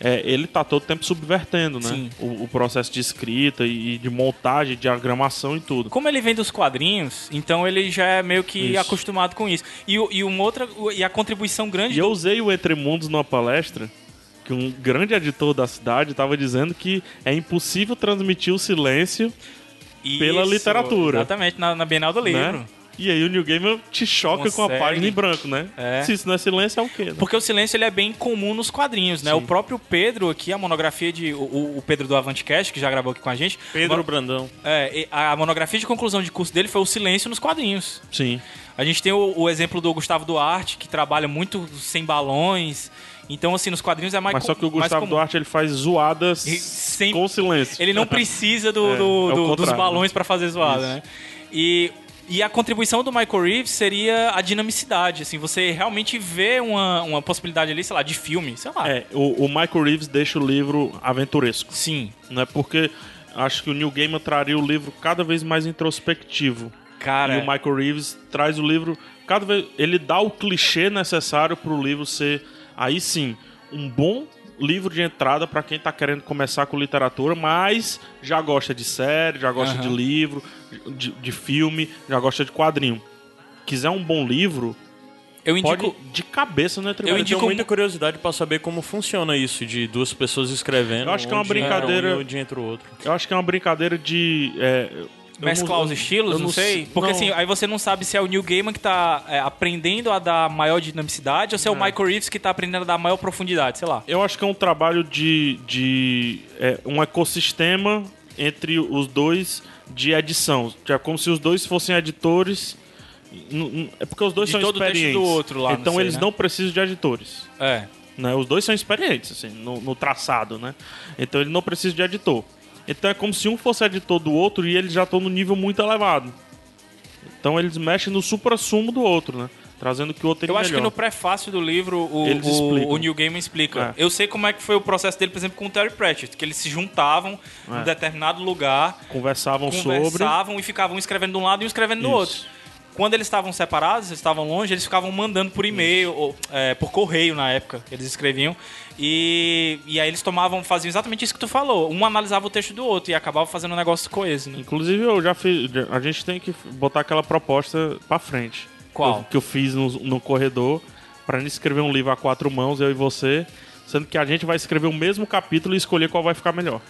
é, ele tá todo tempo subvertendo, né? Sim. O, o processo de escrita e, e de montagem, diagramação e tudo. Como ele vem dos quadrinhos, então ele já é meio que Isso. acostumado com isso. E, o- e uma outra e a contribuição grande E eu usei o Entre Mundos numa palestra que um grande editor da cidade estava dizendo que é impossível transmitir o silêncio, pela Isso, literatura. Exatamente, na, na Bienal do Livro. né? E aí o New Gamer te choca com a Consegue. página em branco, né? É. Se isso não é silêncio, é o quê? né? Porque o silêncio ele é bem comum nos quadrinhos, né? O próprio Pedro aqui, a monografia de. O, o- o Pedro do Avantcast, que já gravou aqui com a gente. Pedro mo- Brandão. é, e a monografia de conclusão de curso dele foi o silêncio nos quadrinhos. Sim. A gente tem o, o exemplo do Gustavo Duarte, que trabalha muito sem balões. Então, assim, nos quadrinhos é mais Mas só co- que o mais Gustavo comum. Duarte ele faz zoadas E- sem Com silêncio. ele não precisa do- É, é do- o do- dos contrário, balões pra fazer zoada, Isso. né? E, e a contribuição do Michael Reeves seria a dinamicidade, assim, você realmente vê uma, uma possibilidade ali, sei lá, de filme, sei lá. É, o, o Michael Reeves deixa o livro aventuresco, Sim, né? Porque acho que o New Gaiman traria o livro cada vez mais introspectivo. cara. E o Michael Reeves traz o livro cada vez ele dá o clichê necessário pro livro ser aí sim um bom livro de entrada pra quem tá querendo começar com literatura, mas já gosta de série, já gosta de livro, de, de filme, já gosta de quadrinho. Quiser um bom livro, eu pode indico. de cabeça né, no entrevista. Eu Eu, indico tenho muita um- curiosidade pra saber como funciona isso de duas pessoas escrevendo. Eu acho que é uma um dia brincadeira- entra Um e um dia entra o outro. Eu acho que é uma brincadeira de. É, eu não- mesclar os eu- estilos, eu não, sei. Porque não. assim, aí você não sabe se é o Neil Gaiman que tá é, aprendendo a dar maior dinamicidade ou se é o Michael Reeves que tá aprendendo a dar maior profundidade, sei lá. Eu acho que é um trabalho de. de é, um ecossistema entre os dois de edição. É como se os dois fossem editores. N- n- É porque os dois De são todo o texto experientes. do outro lá, não então sei, eles né? não precisam de editores. É. né? Os dois são experientes, assim, no, no traçado, né? Então ele não precisa de editor. Então é como se um fosse editor do outro e eles já estão no nível muito elevado. Então eles mexem no supra-sumo do outro, né? Trazendo que o outro Eu ele acho que melhor. no prefácio do livro o, Eles o, explicam. o Neil Gaiman explica. É. Eu sei como é que foi o processo dele, por exemplo, com o Terry Pratchett, que eles se juntavam num determinado lugar, Conversavam É. Um sobre. conversavam e ficavam um escrevendo de um lado e um escrevendo do Isso. outro. Quando eles estavam separados, eles estavam longe, eles ficavam mandando por e-mail, ou é, por correio na época, eles escreviam. E, e aí eles tomavam, faziam exatamente isso que tu falou. Um analisava o texto do outro e acabava fazendo um negócio coeso, né? Inclusive, eu já fiz. já- A gente tem que botar aquela proposta pra frente. Qual? Que eu, que eu fiz no, no corredor pra gente escrever um livro a quatro mãos, eu e você. Sendo que a gente vai escrever o mesmo capítulo e escolher qual vai ficar melhor.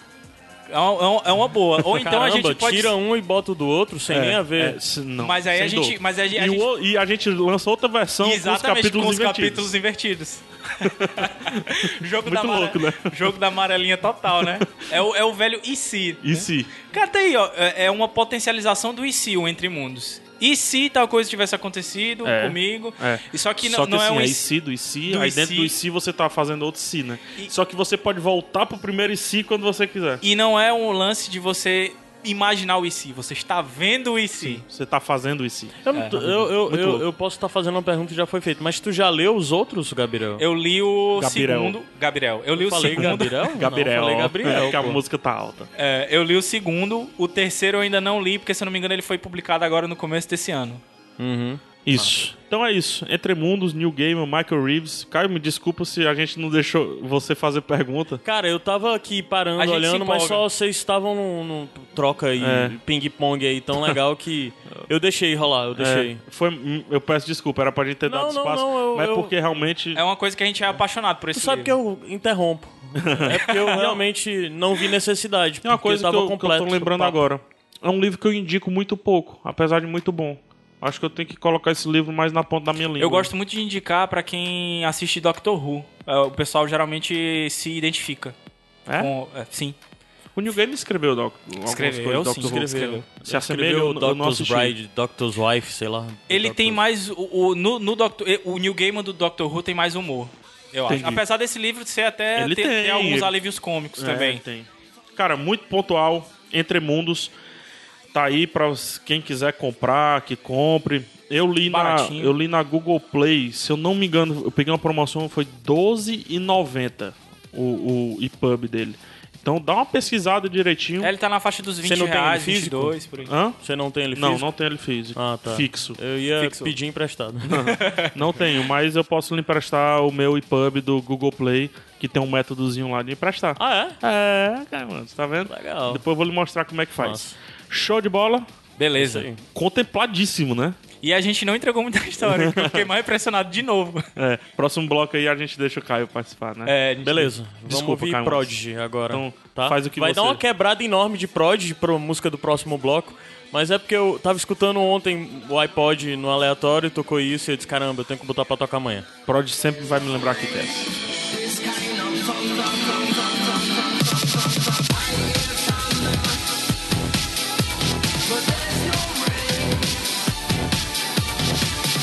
É, um- é um- é uma boa. Ou então Caramba, a gente pode. tira um e bota o do outro sem nem haver. É, se- não, Mas aí sem a gente- dúvida. mas aí a e, gente- o- e a gente lança outra versão Exatamente, com com os capítulos os invertidos. capítulos invertidos. jogo da Muito mare- louco, né? Jogo da amarelinha total, né? É o, é o velho e se. E se? Cara, tá aí, ó. É é uma potencialização do e se, o Entre Mundos. E se tal coisa tivesse acontecido É, comigo? é. E só que não, Só que não assim, é um é e e se do e se, do aí e dentro se. do e se você tá fazendo outro si, né? E- Só que você pode voltar pro primeiro e si quando você quiser. E não é um lance de você imaginar o e se. Você está vendo o e se. Você tá fazendo o e se. É. Eu, não tô- eu, eu, Muito eu- louco. eu posso estar fazendo uma pergunta que já foi feita, mas tu já leu os outros, Gabriel? Eu li o Gabriel. segundo. Gabriel. Eu li o falei segundo. Gabriel? Não, Gabriel, falei é Gabriel. que a pô. música tá alta. É, eu li o segundo, o terceiro eu ainda não li, porque se eu não me engano ele foi publicado agora no começo desse ano. Uhum. Isso. Então é isso. Entre Mundos, New Gamer, Michael Reeves. Caio, me desculpa se a gente não deixou você fazer pergunta. Cara, eu tava aqui parando, A gente se olhando, mas empolga. só vocês estavam num, num troca aí, É. ping-pong aí tão legal que eu deixei rolar, eu deixei. É, foi, hum, eu peço desculpa, era pra gente ter Não, dado não, espaço. não, eu- mas eu- um porque realmente. É uma coisa que a gente é apaixonado por esse Tu sabe que livro. eu interrompo. É porque eu realmente não vi necessidade. Tem uma porque coisa que tava eu, que eu completo tô lembrando o papo. agora. É um livro que eu indico muito pouco, apesar de muito bom. Acho que eu tenho que colocar esse livro mais na ponta da minha língua. Eu gosto muito de indicar pra quem assiste Doctor Who. É, O pessoal geralmente se identifica. É? com- é, sim. O New Game escreveu Doc. algumas Escreveu, coisas sim, do Doctor Who. escreveu. Se assemelha Escreveu ao o ao Doctor's nosso Bride. Bride, Doctor's Wife, sei lá. É Ele Doctor- tem mais. O, o- no, no Doctor, o New Gaiman do Doctor Who tem mais humor. Eu acho. Entendi. Apesar desse livro ser até Ele ter, tem, ter alguns ele- alívios cômicos É, também. tem. Cara, muito pontual, entre mundos. Tá aí pra os- quem quiser comprar, que compre. Eu li, na, Baratinho. eu li na Google Play, se eu não me engano, eu peguei uma promoção, foi R$12,90 o, o EPUB dele. Então dá uma pesquisada direitinho. É, ele tá na faixa dos 20 Você não tem reais, ele físico? 22, por aí. Hã? Você não tem ele Não, físico? não tem ele físico. Ah, tá. Fixo. Eu ia Fixo. pedir emprestado. Não tenho, mas eu posso lhe emprestar o meu EPUB do Google Play, que tem um métodozinho lá de emprestar. ah, é? É, cara, mano, você tá vendo? Legal. Depois eu vou lhe mostrar como é que faz. Oh. Massa. Show de bola. Beleza. É Isso aí. Contempladíssimo, né? E a gente não entregou muita história, porque eu fiquei mais impressionado de novo. É, próximo bloco aí a gente deixa o Caio participar, né? É, a gente- Beleza. Vamos Desculpa, ouvir Caio Marcos. Prodigy agora. Então, tá? faz o que Vai você- dar uma quebrada enorme de Prodigy pra música do próximo bloco. Mas é porque eu tava escutando ontem o iPod no aleatório, tocou isso e eu disse, caramba, eu tenho que botar pra tocar amanhã. Prod sempre vai me lembrar que tem.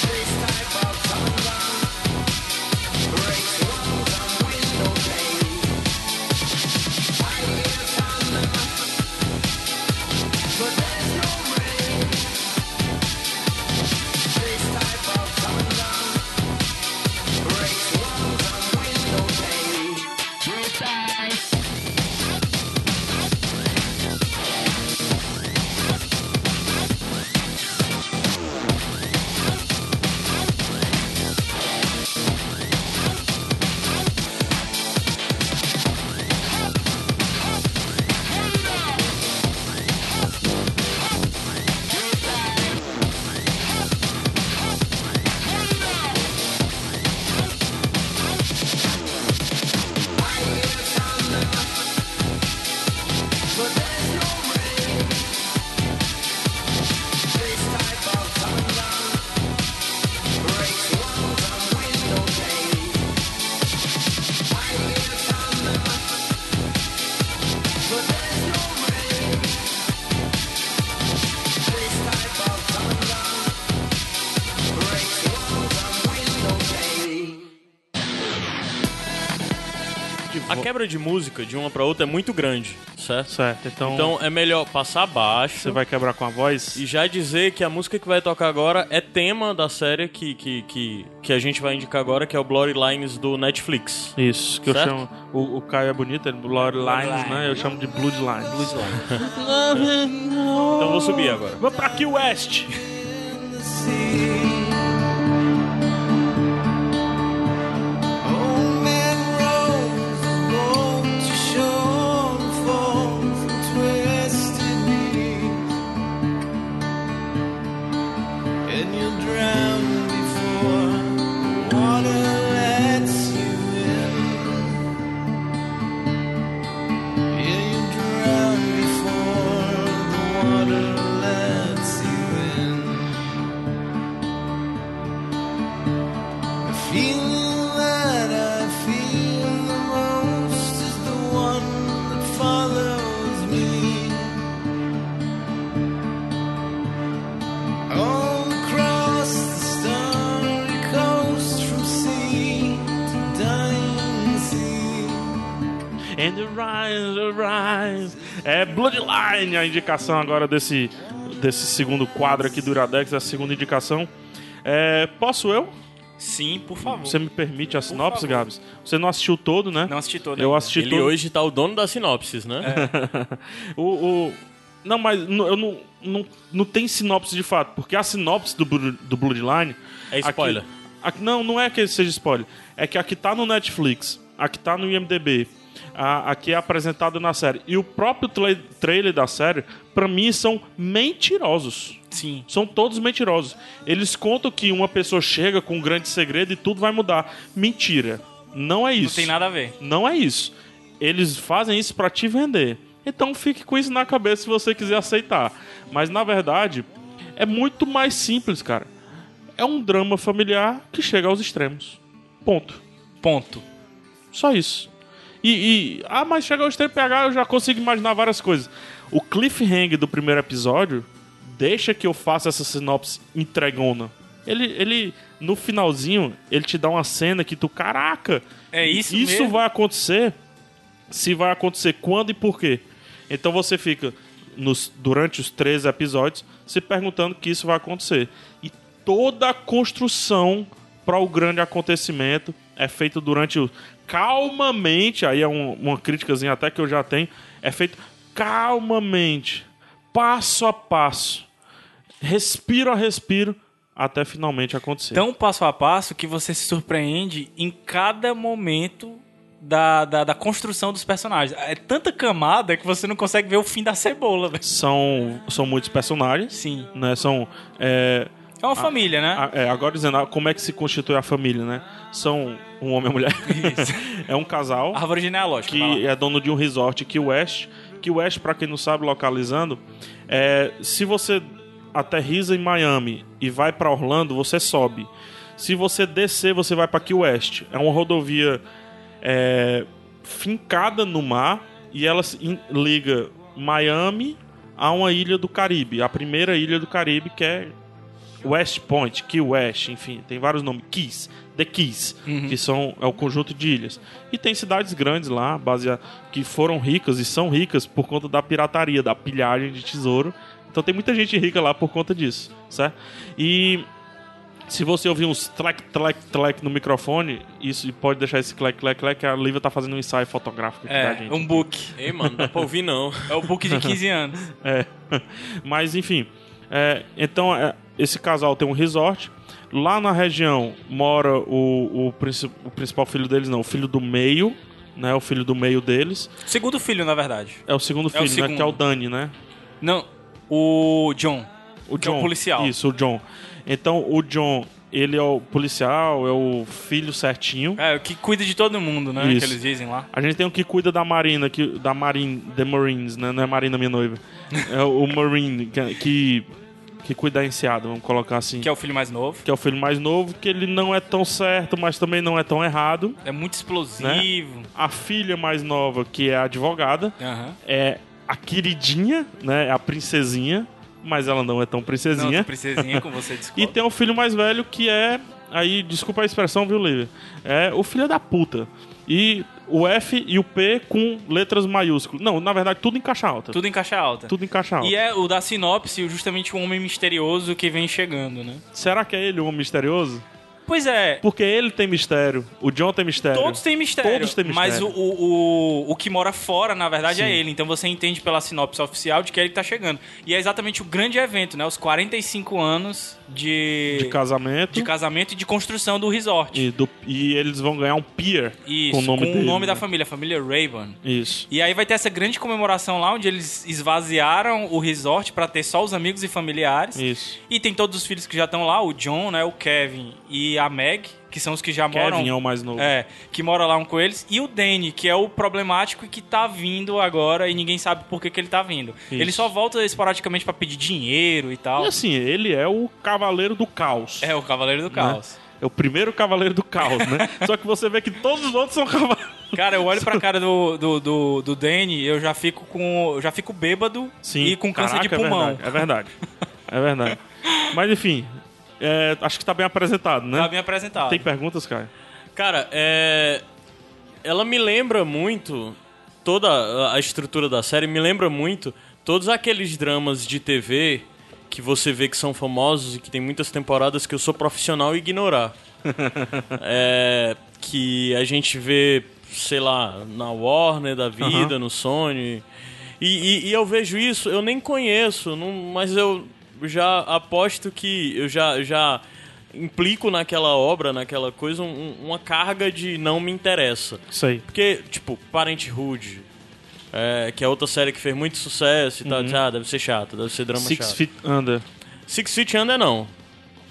I A quebra de música de uma pra outra é muito grande, certo? Certo, então, Então é melhor passar você baixo vai quebrar com a voz? e já dizer que a música que vai tocar agora é tema da série que, que, que, que a gente vai indicar agora, que é o Blurry Lines do Netflix. Isso, que Certo? eu chamo. O, o Caio é bonito, ele Blood Lines, né? Eu chamo de Blood Lines. Então vou subir agora. Vamos pra Key West! Old man rolls the boat to shore and falls on twisted knees. And you'll drown before the water lets you in. Yeah, you'll drown before the water lets you in. The feeling that I feel the most is the one that follows me. All across the starry coast from sea to dying sea. And the rise, the rise. É Bloodline a indicação agora desse, desse segundo quadro aqui do Iradex, essa segunda indicação. É, posso eu? Sim, por favor. Você me permite a sinopse, favor. Gabs? Você não assistiu todo, né? Não assisti todo. Eu ainda. assisti Ele todo. hoje tá o dono das sinopses, né? o, o- Não, mas n- eu não, não, não tem sinopse de fato, porque a sinopse do, Bru- do Bloodline. É spoiler. a que- não, não é que seja spoiler. É que a que tá no Netflix, a que tá no IMDB, a, a que é apresentada na série e o próprio tra- trailer da série, pra mim, são mentirosos. Sim. São todos mentirosos. Eles contam que uma pessoa chega com um grande segredo e tudo vai mudar. Mentira. Não é isso. Não tem nada a ver. Não é isso. Eles fazem isso pra te vender. Então fique com isso na cabeça se você quiser aceitar. Mas na verdade, é muito mais simples, cara. É um drama familiar que chega aos extremos. Ponto. Ponto. Só isso. E, e- ah, mas chega aos extremos PH, eu já consigo imaginar várias coisas. O cliffhanger do primeiro episódio deixa que eu faça essa sinopse entregona. Ele, ele no finalzinho, ele te dá uma cena que tu, caraca, É isso isso mesmo? vai acontecer se vai acontecer quando e por quê. Então você fica nos- durante os três episódios se perguntando que isso vai acontecer. E toda a construção para o grande acontecimento é feita durante o calmamente, aí é um- uma criticazinha até que eu já tenho, é feito calmamente, passo a passo, respiro a respiro até finalmente acontecer. tão passo a passo que você se surpreende em cada momento da, da, da construção dos personagens. É tanta camada que você não consegue ver o fim da cebola, velho. são são muitos personagens, Sim. né? São é, É uma família, né? A- é, agora dizendo ah, como é que se constitui a família, né? São um homem e uma mulher. é um casal Árvore genealógica. vai que lá. é dono de um resort Key West. Key West, pra quem não sabe, localizando, é, se você aterriza em Miami e vai pra Orlando, você sobe. Se você descer, você vai pra Key West. É uma rodovia é, fincada no mar e ela se in- liga Miami a uma ilha do Caribe, a primeira ilha do Caribe que é West Point, Key West, enfim, tem vários nomes, Keys, The Keys, Uhum. que são é o conjunto de ilhas. E tem cidades grandes lá, basea- que foram ricas e são ricas por conta da pirataria, da pilhagem de tesouro. Então tem muita gente rica lá por conta disso, certo? E Se você ouvir uns tlec, tlec, tlec no microfone, isso pode deixar esse clec, clec, clec, que a Lívia tá fazendo um ensaio fotográfico aqui pra É, gente. um book. Ei, mano, não dá pra ouvir não. É o book de 15 anos. É. Mas enfim. É, então, é, esse casal tem um resort. Lá na região mora o, o, princi- o principal filho deles, não, o filho do meio, né? O filho do meio deles. Segundo filho, na verdade. É o segundo É o filho, né? segundo. Que é o Dani, né? Não, o John. O Que é o John. policial. Isso, o John. Então, o John, ele é o policial, é o filho certinho. É, o que cuida de todo mundo, né? Isso. Que eles dizem lá. A gente tem o que cuida da Marina, que, da Marine, The Marines, né? Não é Marina, minha noiva. É o Marine, que, que, que cuida da enseada, vamos colocar assim. Que é o filho mais novo. que é o filho mais novo, que ele não é tão certo, mas também não é tão errado. É muito explosivo. A filha mais nova, que é a advogada, Aham. é a queridinha, né? A princesinha, mas ela não é tão Não, princesinha. tu princesinha com você descobre. e tem o filho mais velho, que é. Aí, desculpa a expressão, viu, Lívia? É o filho da puta. E o F e o P com letras maiúsculas. Não, na verdade, tudo em caixa alta. Tudo, Tudo em caixa alta. em caixa alta. E é o da sinopse, justamente o homem misterioso que vem chegando, né? Será que é ele o homem misterioso? Pois é, Porque ele tem mistério, o John tem mistério. todos têm mistério. Todos têm Mas o, mistério. o, o, o que mora fora, na verdade, Sim. é ele. Então você entende pela sinopse oficial de que é ele que tá chegando. E é exatamente o grande evento, né? Os 45 anos de, de casamento. de casamento e de construção do resort. E, do- e eles vão ganhar um pier Isso, com o nome, dele, né? da família, a família Rayburn. Isso. E aí vai ter essa grande comemoração lá, onde eles esvaziaram o resort pra ter só os amigos e familiares. Isso. E tem todos os filhos que já estão lá, o John, né, o Kevin e a Meg, que são os que já Kevin é moram. o mais novo. É, que mora lá um com eles. E o Danny, que é o problemático e que tá vindo agora e ninguém sabe por que, que ele tá vindo. Ele só volta esporadicamente pra pedir dinheiro e tal. E assim, ele é o cavaleiro do caos. É o Cavaleiro do Caos. É o primeiro cavaleiro do caos, né? Só que você vê que todos os outros são cavaleiros. Cara, eu olho pra cara do, do, do, do Danny e eu já fico com. eu já fico bêbado e com câncer caraca, de pulmão. É verdade. É verdade. É verdade. Mas enfim, é, acho que tá bem apresentado, né? Tá bem apresentado. Tem perguntas, cara? Cara, é... ela me lembra muito toda a- a estrutura da série me lembra muito todos aqueles dramas de TV que você vê que são famosos e que tem muitas temporadas que eu sou profissional e ignorar. É, que a gente vê, sei lá, na Warner da vida, no Sony. E, e- e eu vejo isso, eu nem conheço, não- mas eu já aposto que eu já, já implico naquela obra, naquela coisa, um- um- uma carga de não me interessa. Isso aí. Porque, tipo, Parenthood, é, que é outra série que fez muito sucesso e tal, diz, ah, deve ser chato, deve ser drama Uhum. Six chato. Feet Under. Six Feet Under não.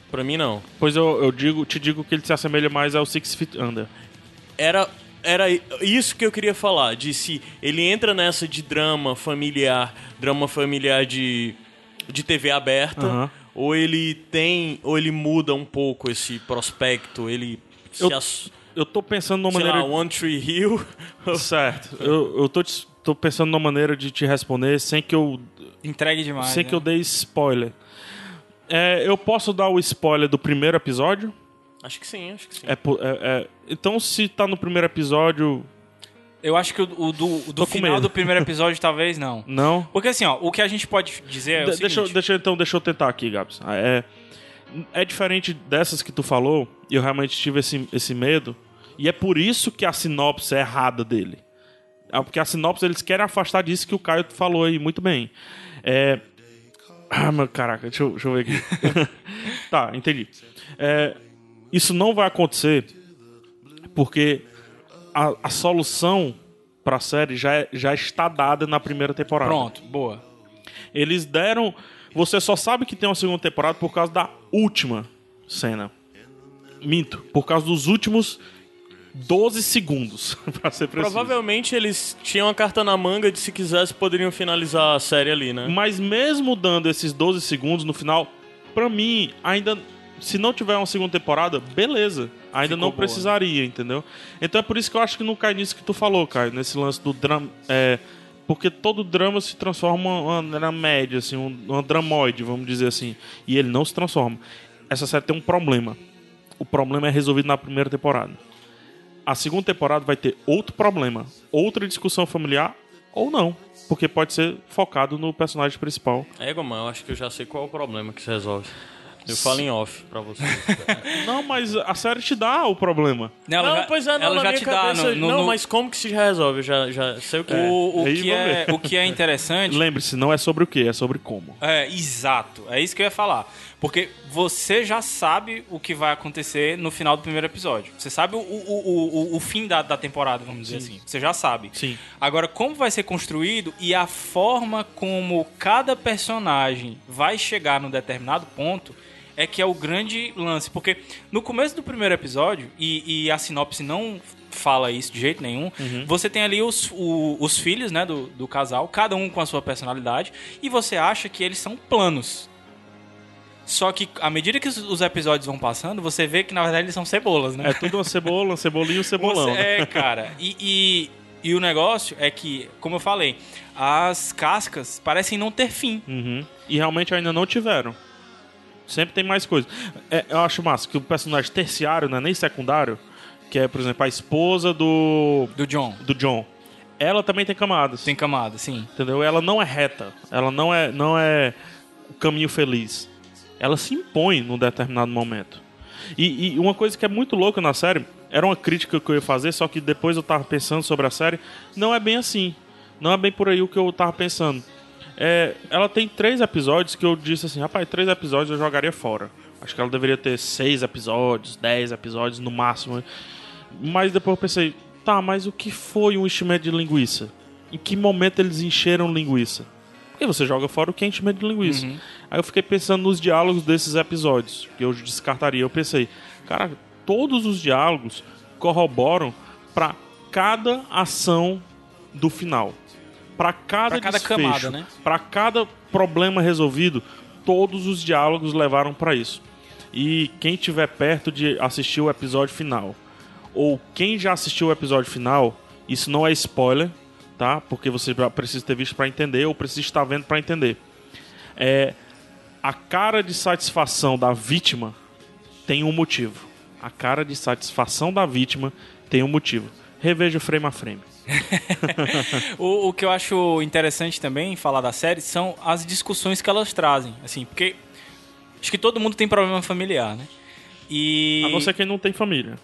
Pra mim não. Pois eu, eu digo, te digo que ele se assemelha mais ao Six Feet Under. era era isso que eu queria falar, de se ele entra nessa de drama familiar, drama familiar de, de TV aberta, Aham. ou ele tem, ou ele muda um pouco esse prospecto, ele se Eu- ass... Eu tô pensando numa sei maneira lá, One Tree Hill. Certo. Eu, eu tô, te- tô pensando numa maneira de te responder sem que eu, Entregue demais. sem né? que eu dê spoiler. É, eu posso dar o spoiler do primeiro episódio? acho que sim, acho que sim. É, po- é- é- então, se tá no primeiro episódio, Eu acho que o, o do, o do Tô com final medo. do primeiro episódio, talvez não. não? Porque assim, ó, o que a gente pode dizer é o De- seguinte. deixa, eu- deixa eu- então, deixa eu tentar aqui, Gabs. Ah, É, é diferente dessas que tu falou, e eu realmente tive esse, esse medo, e é por isso que a sinopse é errada dele. Ah, Porque a sinopse eles querem afastar disso que o Caio falou aí muito bem. É. Ah, meu caraca, deixa eu, deixa eu ver aqui. tá, entendi. É, isso não vai acontecer porque a, a solução pra série já, é- já está dada na primeira temporada. Pronto, boa. Eles deram. Você só sabe que tem uma segunda temporada por causa da última cena. Minto. Por causa dos últimos 12 segundos, pra ser preciso. Provavelmente eles tinham a carta na manga de se quisesse poderiam finalizar a série ali, né? Mas mesmo dando esses 12 segundos no final, pra mim, ainda. Se não tiver uma segunda temporada, beleza. Ainda Ficou não boa. precisaria, entendeu? Então é por isso que eu acho que não cai nisso que tu falou, Caio, nesse lance do drama. É, porque todo drama se transforma numa- na média, assim, um, uma dramoide, vamos dizer assim. E ele não se transforma. Essa série tem um problema. O problema é resolvido na primeira temporada. A segunda temporada vai ter outro problema, outra discussão familiar ou não, porque pode ser focado no personagem principal. É, Goma, eu acho que eu já sei qual é o problema que se resolve. Eu falo em off pra você. Não, mas a série te dá o problema. não, pois é, não, ela na já minha te cabeça, dá no, no- Não, no- mas como que se já resolve? Eu já, já sei o que é. o, o Aí que vamos é, ver. o que é interessante Lembre-se, não é sobre o que, é sobre como. É, exato. É isso que eu ia falar. Porque você já sabe o que vai acontecer no final do primeiro episódio. Você sabe o, o, o, o, o fim da, da temporada, vamos dizer assim. Você já sabe. Sim. Agora, como vai ser construído e a forma como cada personagem vai chegar num determinado ponto é que é o grande lance. Porque no começo do primeiro episódio, e, e a sinopse não fala isso de jeito nenhum, você tem ali os, o- os filhos né, do, do casal, cada um com a sua personalidade, e você acha que eles são planos. Só que à medida que os- os episódios vão passando, você vê que na verdade eles são cebolas, né? É tudo uma cebola, um cebolinho, um cebolão. Você- né? É, cara. E, e, e o negócio é que, como eu falei, as cascas parecem não ter fim. Uhum. E realmente ainda não tiveram. Sempre tem mais coisa. É, eu acho massa que o personagem terciário, não é nem secundário, que é, por exemplo, a esposa do, Do John. do John. Ela também tem camadas. Tem camada, assim. sim. Entendeu? Ela não é reta. Ela não é, não é o caminho feliz. Ela se impõe num determinado momento. E, e uma coisa que é muito louca na série, era uma crítica que eu ia fazer, só que depois eu tava pensando sobre a série, não é bem assim. Não é bem por aí o que eu tava pensando. É, ela tem três episódios que eu disse assim, rapaz, três episódios eu jogaria fora. Acho que ela deveria ter seis episódios, dez episódios no máximo. Mas depois eu pensei, tá, mas o que foi um enchimento de linguiça? Em que momento eles encheram linguiça? Porque você joga fora o que é enchimento de linguiça. Aí eu fiquei pensando nos diálogos desses episódios, que eu descartaria. Eu pensei, cara, todos os diálogos corroboram pra cada ação do final. Pra cada, Pra cada desfecho, camada, né? Pra cada problema resolvido, todos os diálogos levaram pra isso. E quem tiver perto de assistir o episódio final, ou quem já assistiu o episódio final, isso não é spoiler, tá? Porque você já precisa ter visto pra entender ou precisa estar vendo pra entender. É a cara de satisfação da vítima tem um motivo. A cara de satisfação da vítima tem um motivo. Reveja o frame a frame. O, o que eu acho interessante também falar da série são as discussões que elas trazem. Assim, porque acho que todo mundo tem problema familiar, né? E. A não ser quem não tem família.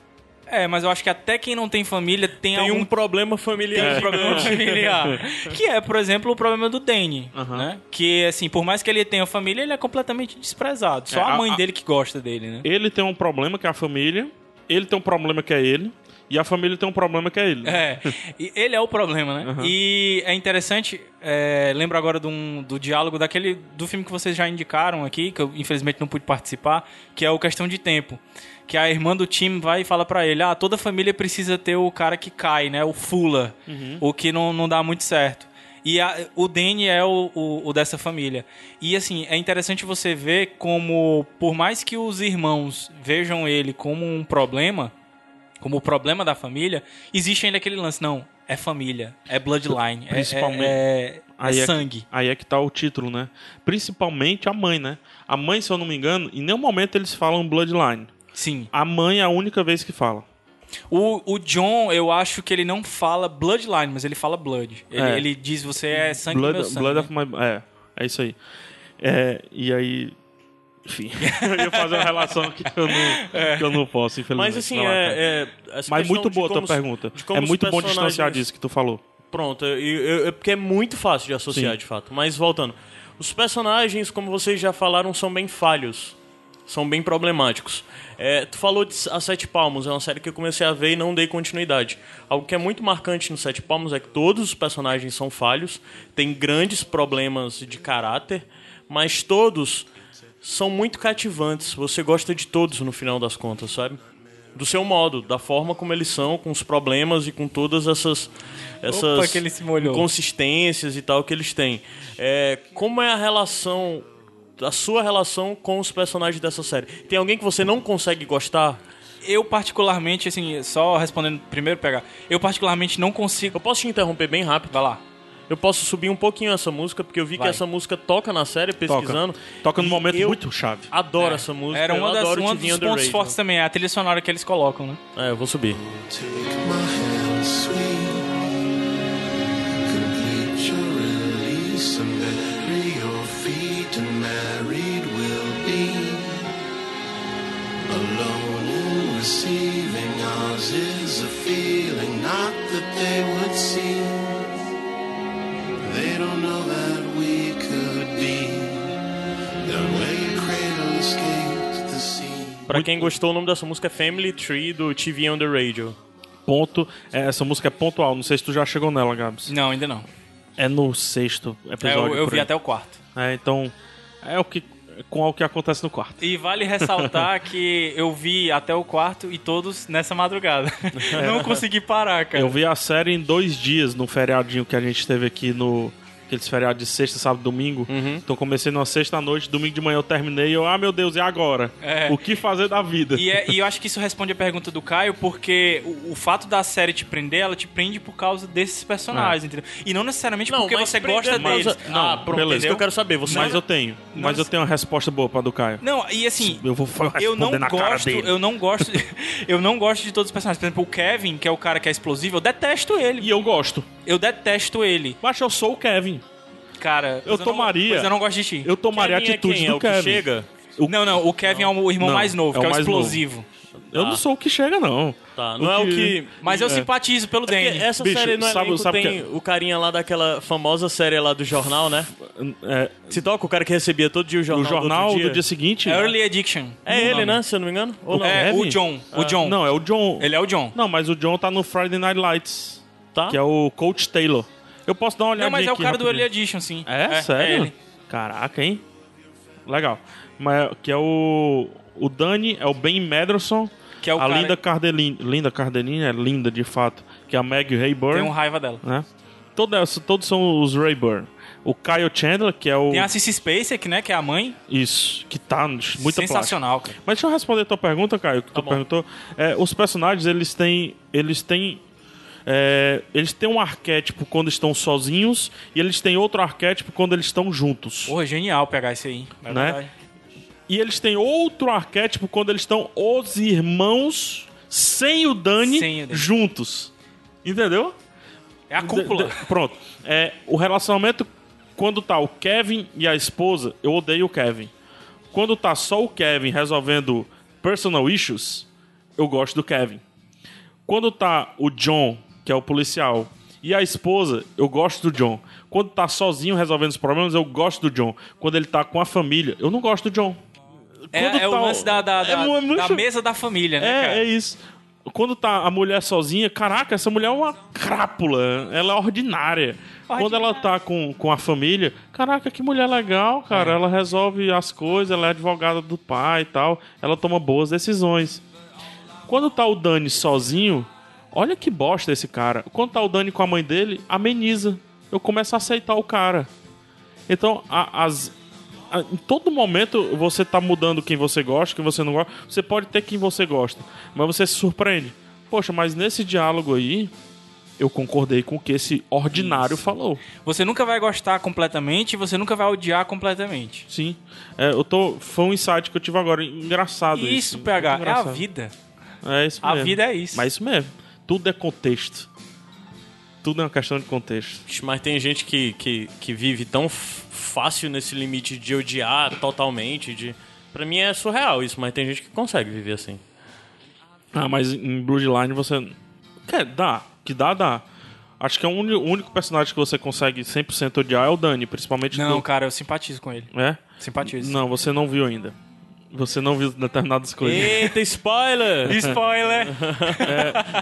É, mas eu acho que até quem não tem família tem, Tem algum um problema familiar. É. tem um problema gigante. familiar. Que é, por exemplo, o problema do Danny, Aham. né? Que, assim, por mais que ele tenha família, ele é completamente desprezado. Só É, a, a- mãe a- dele que gosta dele, né? Ele tem um problema que é a família, ele tem um problema que é ele, e a família tem um problema que é ele. É, e ele é o problema, né? E é interessante, é, lembro agora de um- do diálogo daquele do filme que vocês já indicaram aqui, que eu infelizmente não pude participar, que é o Questão de Tempo. Que a irmã do time vai e fala pra ele: Ah, toda família precisa ter o cara que cai, né? O Fula, o que não, não dá muito certo. E a- o Danny é o, o- o dessa família. E assim, é interessante você ver como, por mais que os irmãos vejam ele como um problema, como o problema da família, existe ainda aquele lance, não, é família, é bloodline, é- Principalmente- é, é, é Aí é- sangue. Aí é que tá o título, né? Principalmente a mãe, né? A mãe, se eu não me engano, em nenhum momento eles falam Bloodline. Sim. A mãe é a única vez que fala. O, o John, eu acho que ele não fala bloodline, mas ele fala blood. Ele, É. ele diz, você é sangue do Blood, meu sangue. Blood né? of my... É, é isso aí. É, e aí... Enfim, eu ia fazer uma relação que eu não, que eu não posso, infelizmente. É. Mas assim, Vai lá, cara. é. é essa Mas questão muito de boa a tua como os- pergunta. de como É os muito bom personagens- distanciar disso que tu falou. Pronto, eu- eu- eu- é porque é muito fácil de associar Sim. de fato. Mas voltando, os personagens, como vocês já falaram, são bem falhos. São bem problemáticos. É, tu falou de S- A Sete Palmos, é uma série que eu comecei a ver e não dei continuidade. Algo que é muito marcante no Sete Palmos é que todos os personagens são falhos, têm grandes problemas de caráter, mas todos são muito cativantes. Você gosta de todos no final das contas, sabe? Do seu modo, da forma como eles são, com os problemas e com todas essas, essas que ele se molhou. inconsistências e tal que eles têm. É, como é a relação, a sua relação com os personagens dessa série? Tem alguém que você não consegue gostar? Eu particularmente, assim, só respondendo primeiro, pegar. Eu particularmente não consigo... Eu posso te interromper bem rápido? Vai lá. Eu posso subir um pouquinho essa música, porque eu vi Vai. que essa música toca na série, pesquisando. Toca num E momento eu muito chave. Adoro essa música. É. Era uma eu das, adoro um To Be dos On The pontos Radio. né? fortes também, é a trilha sonora que eles colocam, né? É, eu vou subir. Take my hand, sweet. Complete your release and bury your feet, and married we'll be. don't know that we could be the way a cradle escapes the sea. Pra quem gostou, o nome dessa música é Family Tree do TV on the Radio. Ponto. É, essa música é pontual. Não sei se tu já chegou nela, Gabs. Não, ainda não. É no sexto É, episódio. eu eu por vi aí. até o quarto. É, então. É o que. Com o que acontece no quarto. E vale ressaltar que eu vi até o quarto e todos nessa madrugada. não consegui parar, cara. Eu vi a série em dois dias, num feriadinho que a gente teve aqui no. Aqueles feriados de sexta, sábado, domingo. Uhum. Então comecei numa sexta à noite, domingo de manhã eu terminei. Eu, ah, meu Deus, e agora? É. O que fazer da vida? E, é- e eu acho que isso responde a pergunta do Caio, porque o, o fato da série te prender, ela te prende por causa desses personagens, É. entendeu? E não necessariamente Tipo, porque mas você prender gosta por causa- deles. Ah, pronto, beleza. beleza. que eu quero saber. Você Mas eu tenho. Mas eu tenho uma resposta boa pra do Caio. Não, e assim, Eu vou falar eu não responder na cara gosto, dele. eu não gosto, eu não gosto de todos os personagens. Por exemplo, o Kevin, que é o cara que é explosivo, eu detesto ele. E eu gosto. Eu detesto ele, Mas eu sou o Kevin. cara. Eu mas tomaria- Não, mas eu não gosto de ti. Eu tomaria a Kevin é atitude quem? do É o que Kevin. chega? O- Não, não, o Kevin é o irmão Não, mais novo, é que é o o mais novo. explosivo. Eu Ah. Tá. não sou o que chega, não. Tá, não é o que- Mas eu simpatizo É pelo É Porque Danny. essa Bicho, série no sabe- elenco sabe tem o carinha lá daquela famosa série lá do jornal, né? É, Se toca o cara que recebia todo dia o jornal, o jornal do outro dia. do dia seguinte. É Early Addiction. É O ele, nome. né? Se eu não me engano. Ou não? É, o Kevin? John, o John. Não, é o John. Ele é o John. Não, mas o John tá no Friday Night Lights, Tá? que é o Coach Taylor. Eu posso dar uma olhadinha Não, mas é o aqui cara do Early rapidinho. Edition, sim. É? Sério? ele. Caraca, hein? Legal. Mas que é o. O Dani é o Ben Madison. Que é o a cara- Linda Cardelin. Linda Cardelin é linda de fato. Que é a Maggie Rayburn. Tenho raiva dela. né? Toda essa- todos são os Rayburn. O Kyle Chandler, que é o. Tem a Cissy Spacek, né? Que é a mãe. Isso, que tá muita plástica. Sensacional, cara. Mas deixa eu responder a tua pergunta, Caio, Tá que tu perguntou. É, os personagens, eles têm. Eles têm. é, eles têm um arquétipo quando estão sozinhos e eles têm outro arquétipo quando eles estão juntos. Porra, genial pegar isso aí. É Né? verdade. E eles têm outro arquétipo quando eles estão os irmãos sem o Dani, Sem o Dani. juntos. Entendeu? É a cúpula. De- de- pronto. É, o relacionamento quando tá o Kevin e a esposa, eu odeio o Kevin. Quando tá só o Kevin resolvendo personal issues, eu gosto do Kevin. Quando tá o John, que é o policial, e a esposa, eu gosto do John. Quando tá sozinho resolvendo os problemas, eu gosto do John. Quando ele tá com a família, eu não gosto do John. É, Quando é o tá lance da, da, é da, mu- é da muito- mesa da família, né, cara? É, é isso. Quando tá a mulher sozinha, caraca, essa mulher é uma crápula, ela é ordinária. Quando ela tá com, com a família, caraca, que mulher legal, É. cara. Ela resolve as coisas, ela é advogada do pai e tal, ela toma boas decisões. Quando tá o Dani sozinho, olha que bosta esse cara. Quando tá o Dani com a mãe dele, ameniza. Eu começo a aceitar o cara. Então, a- as, a- em todo momento você tá mudando quem você gosta, quem você não gosta. Você pode ter quem você gosta, mas você se surpreende. Poxa, mas nesse diálogo aí, eu concordei com o que esse ordinário falou. Você nunca vai gostar completamente e você nunca vai odiar completamente. Sim. É, eu tô, foi um insight que eu tive agora. Engraçado isso. Isso, PH, Muito é a engraçado. vida. É isso A mesmo. vida é isso. Mas isso mesmo. Tudo é contexto. Tudo é uma questão de contexto. Ixi, Mas tem gente que, que, que vive tão f- fácil nesse limite de odiar totalmente. De... Pra mim é surreal isso, mas tem gente que consegue viver assim. Ah, mas em Bloodline você. Quer, dá. Que dá, dá. Acho que é o uni- o único personagem que você consegue 100% odiar é o Dani, principalmente Não, do- cara, eu simpatizo com ele. É? Simpatizo. Não, você não viu ainda. Você não viu determinadas coisas. Eita, spoiler! Spoiler!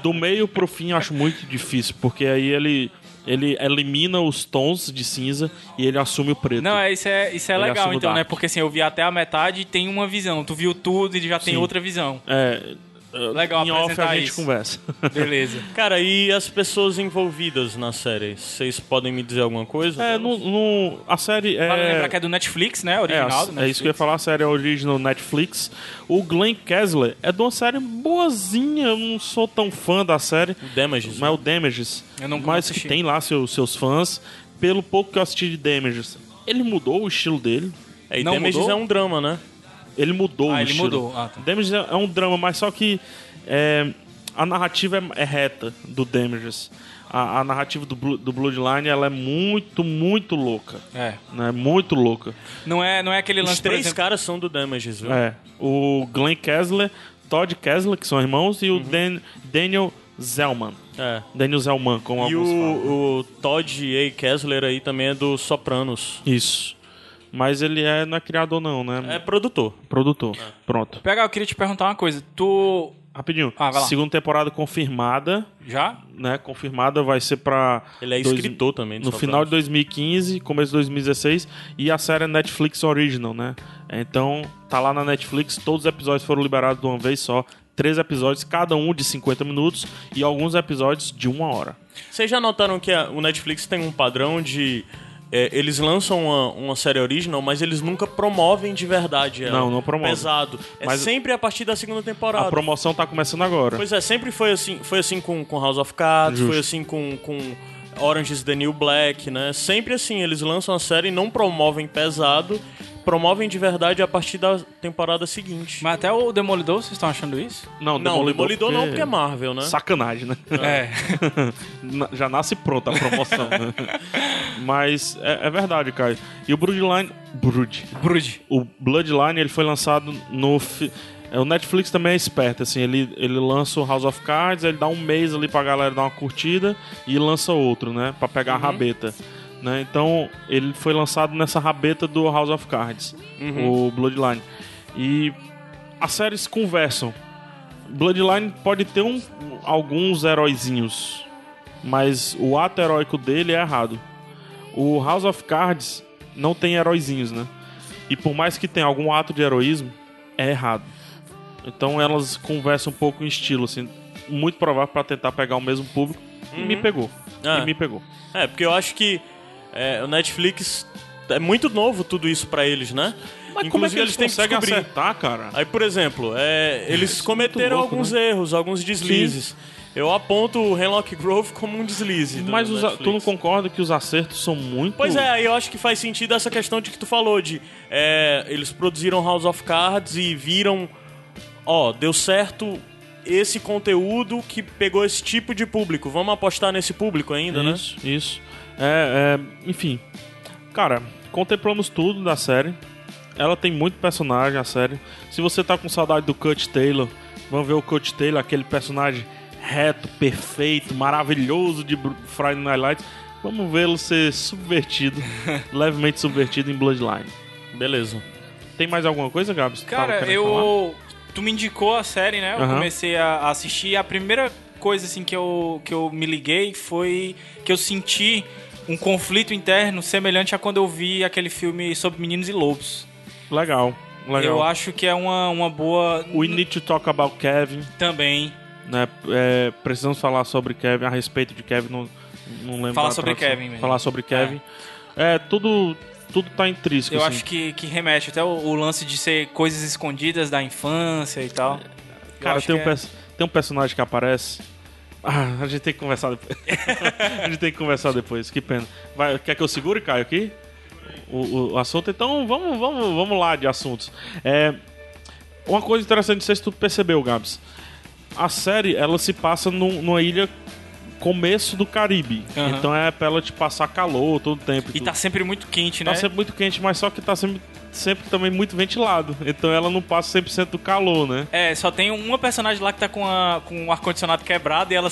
Do meio pro fim eu acho muito difícil, porque aí ele, ele elimina os tons de cinza e ele assume o preto. Não, é, isso é, isso é Ele legal, assume o então, né? Dark. Porque assim, eu vi até a metade e tem uma visão. Tu viu tudo e já tem Sim. outra visão. É, é, Legal em off a apresentar gente isso. conversa. Beleza. Cara, e as pessoas envolvidas na série? Vocês podem me dizer alguma coisa? É, no, no- a série é... Vale lembrar que é do Netflix, né? É, Original do é isso que eu ia falar, a série é original Netflix. O Glenn Kessler é de uma série boazinha, eu não sou tão fã da série. O Damages. Mas o Damages. Eu não mas assisti. que tem lá seu- seus fãs. Pelo pouco que eu assisti de Damages, ele mudou o estilo dele. É, e não Damages mudou? é um drama, né? Ele mudou Ah, o ele estilo. mudou. Ah, tá. Damages é é um drama, mas só que é, a narrativa é, é reta do Damages. A, a narrativa do, Blu- do Bloodline ela é muito, muito louca. É. Né? Muito louca. Não é, não é aquele Os lance, por três É. exemplo, caras são do Damages, viu? Uhum. É. O Glenn Kessler, Todd Kessler, que são irmãos, e o Dan- Daniel Zellman. É. Daniel Zellman, como E alguns falam. o, o Todd A. Kessler aí também é do Sopranos. Isso. Mas ele é, não é criador não, né? É produtor. Produtor. Pronto. Pega, eu queria te perguntar uma coisa. Tu. Rapidinho. Ah, vai lá. Segunda temporada confirmada, Já? né? Confirmada vai ser pra... Ele é dois- escritor também. do No Sopranos. final de 2015, começo de 2016. E a série é Netflix Original, né? Então, tá lá na Netflix. Todos os episódios foram liberados de uma vez só. Três episódios, cada um de 50 minutos. E alguns episódios de uma hora. Vocês já notaram que a- o Netflix tem um padrão de. é, eles lançam uma, uma série original, mas eles nunca promovem de verdade ela. Não, não promovem. Pesado. É Mas- sempre a partir da segunda temporada. A promoção tá começando agora. Pois é, sempre foi assim, foi assim com, com House of Cards, Justo. foi assim com, com Orange is the New Black, né? Sempre assim, eles lançam a série e não promovem pesado, promovem de verdade a partir da temporada seguinte. Mas até o Demolidor, vocês estão achando isso? Não, não, Demolidor não, porque é mal. Marvel, né? Sacanagem, né? É. Na- Já nasce pronta a promoção, né? Mas é, é verdade, Caio. E o Bloodline. Brood. Brude. O Bloodline ele foi lançado no. fi- é, O Netflix também é esperto, assim, ele, ele lança o House of Cards, ele dá um mês ali pra galera dar uma curtida e lança outro, né? Pra pegar a rabeta. Né? Então, ele foi lançado nessa rabeta do House of Cards, o Bloodline. E as séries conversam. Bloodline pode ter um- alguns heróizinhos, mas o ato heróico dele é errado. O House of Cards não tem heróizinhos, né? E por mais que tenha algum ato de heroísmo, é errado. Então elas conversam um pouco em estilo, assim, muito provável pra tentar pegar o mesmo público. E me pegou. É. E me pegou. É, porque eu acho que é, o Netflix é muito novo tudo isso pra eles, né? Mas como é que eles, têm conseguem descobrir. acertar, cara? Aí, por exemplo, é, eles cometeram louco, né? alguns erros, alguns deslizes. Eu aponto o Henlock Grove como um deslize. do Mas os a- tu não Netflix. concorda que os acertos são muito. Pois é, aí eu acho que faz sentido essa questão de que tu falou de é, eles produziram House of Cards e viram, ó, deu certo esse conteúdo que pegou esse tipo de público. Vamos apostar nesse público ainda, né? isso, Isso, É, é, enfim. Cara, contemplamos tudo da série. Ela tem muito personagem, a série. Se você tá com saudade do Cut Taylor, vamos ver o Cut Taylor, aquele personagem reto, perfeito, maravilhoso de Br- Friday Night Lights. Vamos vê-lo ser subvertido, levemente subvertido em Bloodline. Beleza. Tem mais alguma coisa, Gabs? que tava Cara, querendo falar? eu. Tu me indicou a série, né? Eu Aham. comecei a assistir. A primeira coisa, assim, que eu, que eu me liguei foi que eu senti um conflito interno semelhante a quando eu vi aquele filme sobre meninos e lobos. Legal, legal. Eu acho que é uma, uma boa. We need to talk about Kevin. Também. né? É, precisamos falar sobre Kevin, a respeito de Kevin, não, não lembro. Falar a sobre tradução. Kevin mesmo. Falar sobre Kevin. É, tudo, tudo tá intrínseco. Eu assim. acho que, que remete até o, o lance de ser coisas escondidas da infância e tal. Eu Cara, acho tem um, que é- pers- tem um personagem que aparece. Ah, a gente tem que conversar depois. a gente tem que conversar depois, que pena. Vai, quer que eu segure, Caio, aqui? O, o assunto, então vamos, vamos, vamos lá de assuntos. É, uma coisa interessante, não sei se tu percebeu, Gabs. A série, ela se passa num- numa ilha começo do Caribe. Aham. Então é pra ela te passar calor todo o tempo. E tudo. tá sempre muito quente, né? Tá sempre muito quente, mas só que tá sempre, sempre também muito ventilado. Então ela não passa 100% do calor, né? É, só tem uma personagem lá que tá com, a, com o ar-condicionado quebrado e ela.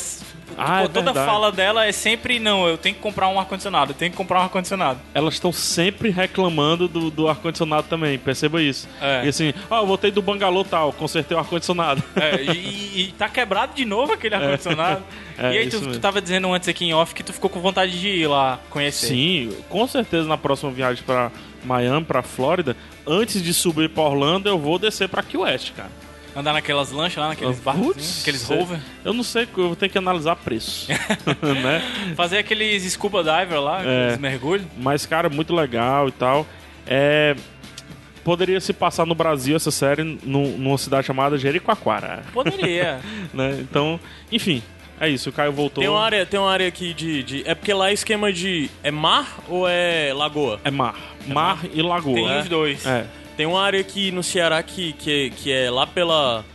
Ah, tipo, é toda verdade. fala dela é sempre: não, eu tenho que comprar um ar-condicionado, eu tenho que comprar um ar-condicionado. elas estão sempre reclamando do, do ar-condicionado também, perceba isso. É. E assim, ó, eu voltei do bangalô tal, consertei o ar-condicionado. É, e, e tá quebrado de novo aquele ar-condicionado. É, e aí, isso tu, tu mesmo. tava dizendo antes aqui em off que tu ficou com vontade de ir lá conhecer. Sim, com certeza na próxima viagem pra Miami, pra Flórida, antes de subir pra Orlando, eu vou descer pra Key West, cara. Andar naquelas lanchas lá, naqueles barcos, Ah, Putz, aqueles sei- rover. Eu não sei, eu vou ter que analisar preço, né? Fazer aqueles scuba diver lá, É. aqueles mergulhos. Mas, cara, é muito legal e tal. É, Poderia se passar no Brasil essa série num- numa cidade chamada Jericoacoara, Poderia. né? Então, enfim, é isso. O Caio voltou. Tem uma área, tem uma área aqui de, de- É porque lá é esquema de. É mar ou é lagoa? É mar. mar e lagoa. tem é. os dois. É. Tem uma área aqui no Ceará que, que, que é lá pela.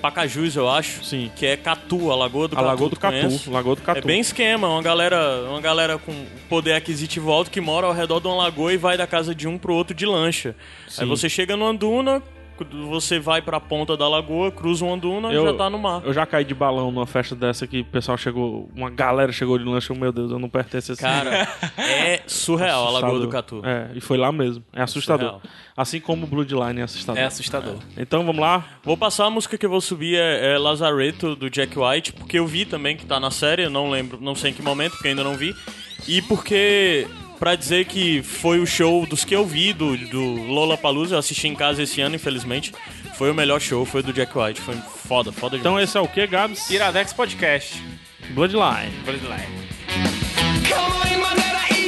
Pacajus, eu acho. Sim. Que é Catu, a Lagoa do A Catu. Lagoa do tu Catu. conhece? Lagoa do Catu. É bem esquema, uma galera, uma galera com poder aquisitivo alto que mora ao redor de uma lagoa e vai da casa de um pro outro de lancha. Aí você chega numa duna, cru- você vai pra ponta da lagoa, cruza uma duna e já tá no mar. Eu já caí de balão numa festa dessa que o pessoal chegou, uma galera chegou de lanche, eu, meu Deus, eu não pertenço a esse Cara, é surreal a Lagoa do assustador. Catu. É, e foi lá mesmo. É assustador. Surreal. Assim como o Bloodline é assustador. É assustador. Então vamos lá. Vou passar a música que eu vou subir é, é Lazareto do Jack White, porque eu vi também que tá na série, eu não lembro, não sei em que momento, porque ainda não vi. E porque pra dizer que foi o show dos que eu vi do do Lollapalooza, eu assisti em casa esse ano, infelizmente, foi o melhor show, foi do Jack White, foi foda, foda demais. Então esse é o que, Gabs? Iradex Podcast. Bloodline. Bloodline. Calma e maneira e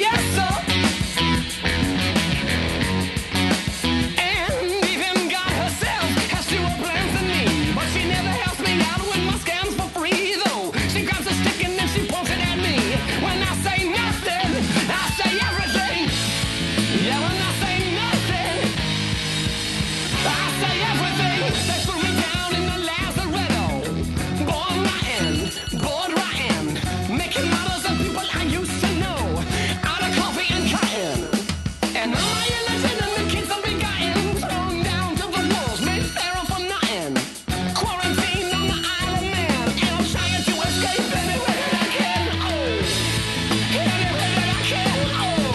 And even God herself has fewer plans than me. But she never helps me out with my scams for free, though. She grabs a stick and then she points it at me. When I say nothing, I say everything. Yeah, when I say nothing, I say everything. They threw me down in the Lazaretto. Born rotten, born rotten. Making models of people I used to know. Out of coffee and cotton. And all my illegitimate kids have been gotten. Thrown down to the wolves, made feral from nothing. Quarantined on the Isle of Man. And I'm trying to escape anywhere that I can. Oh, anywhere that I can. Oh.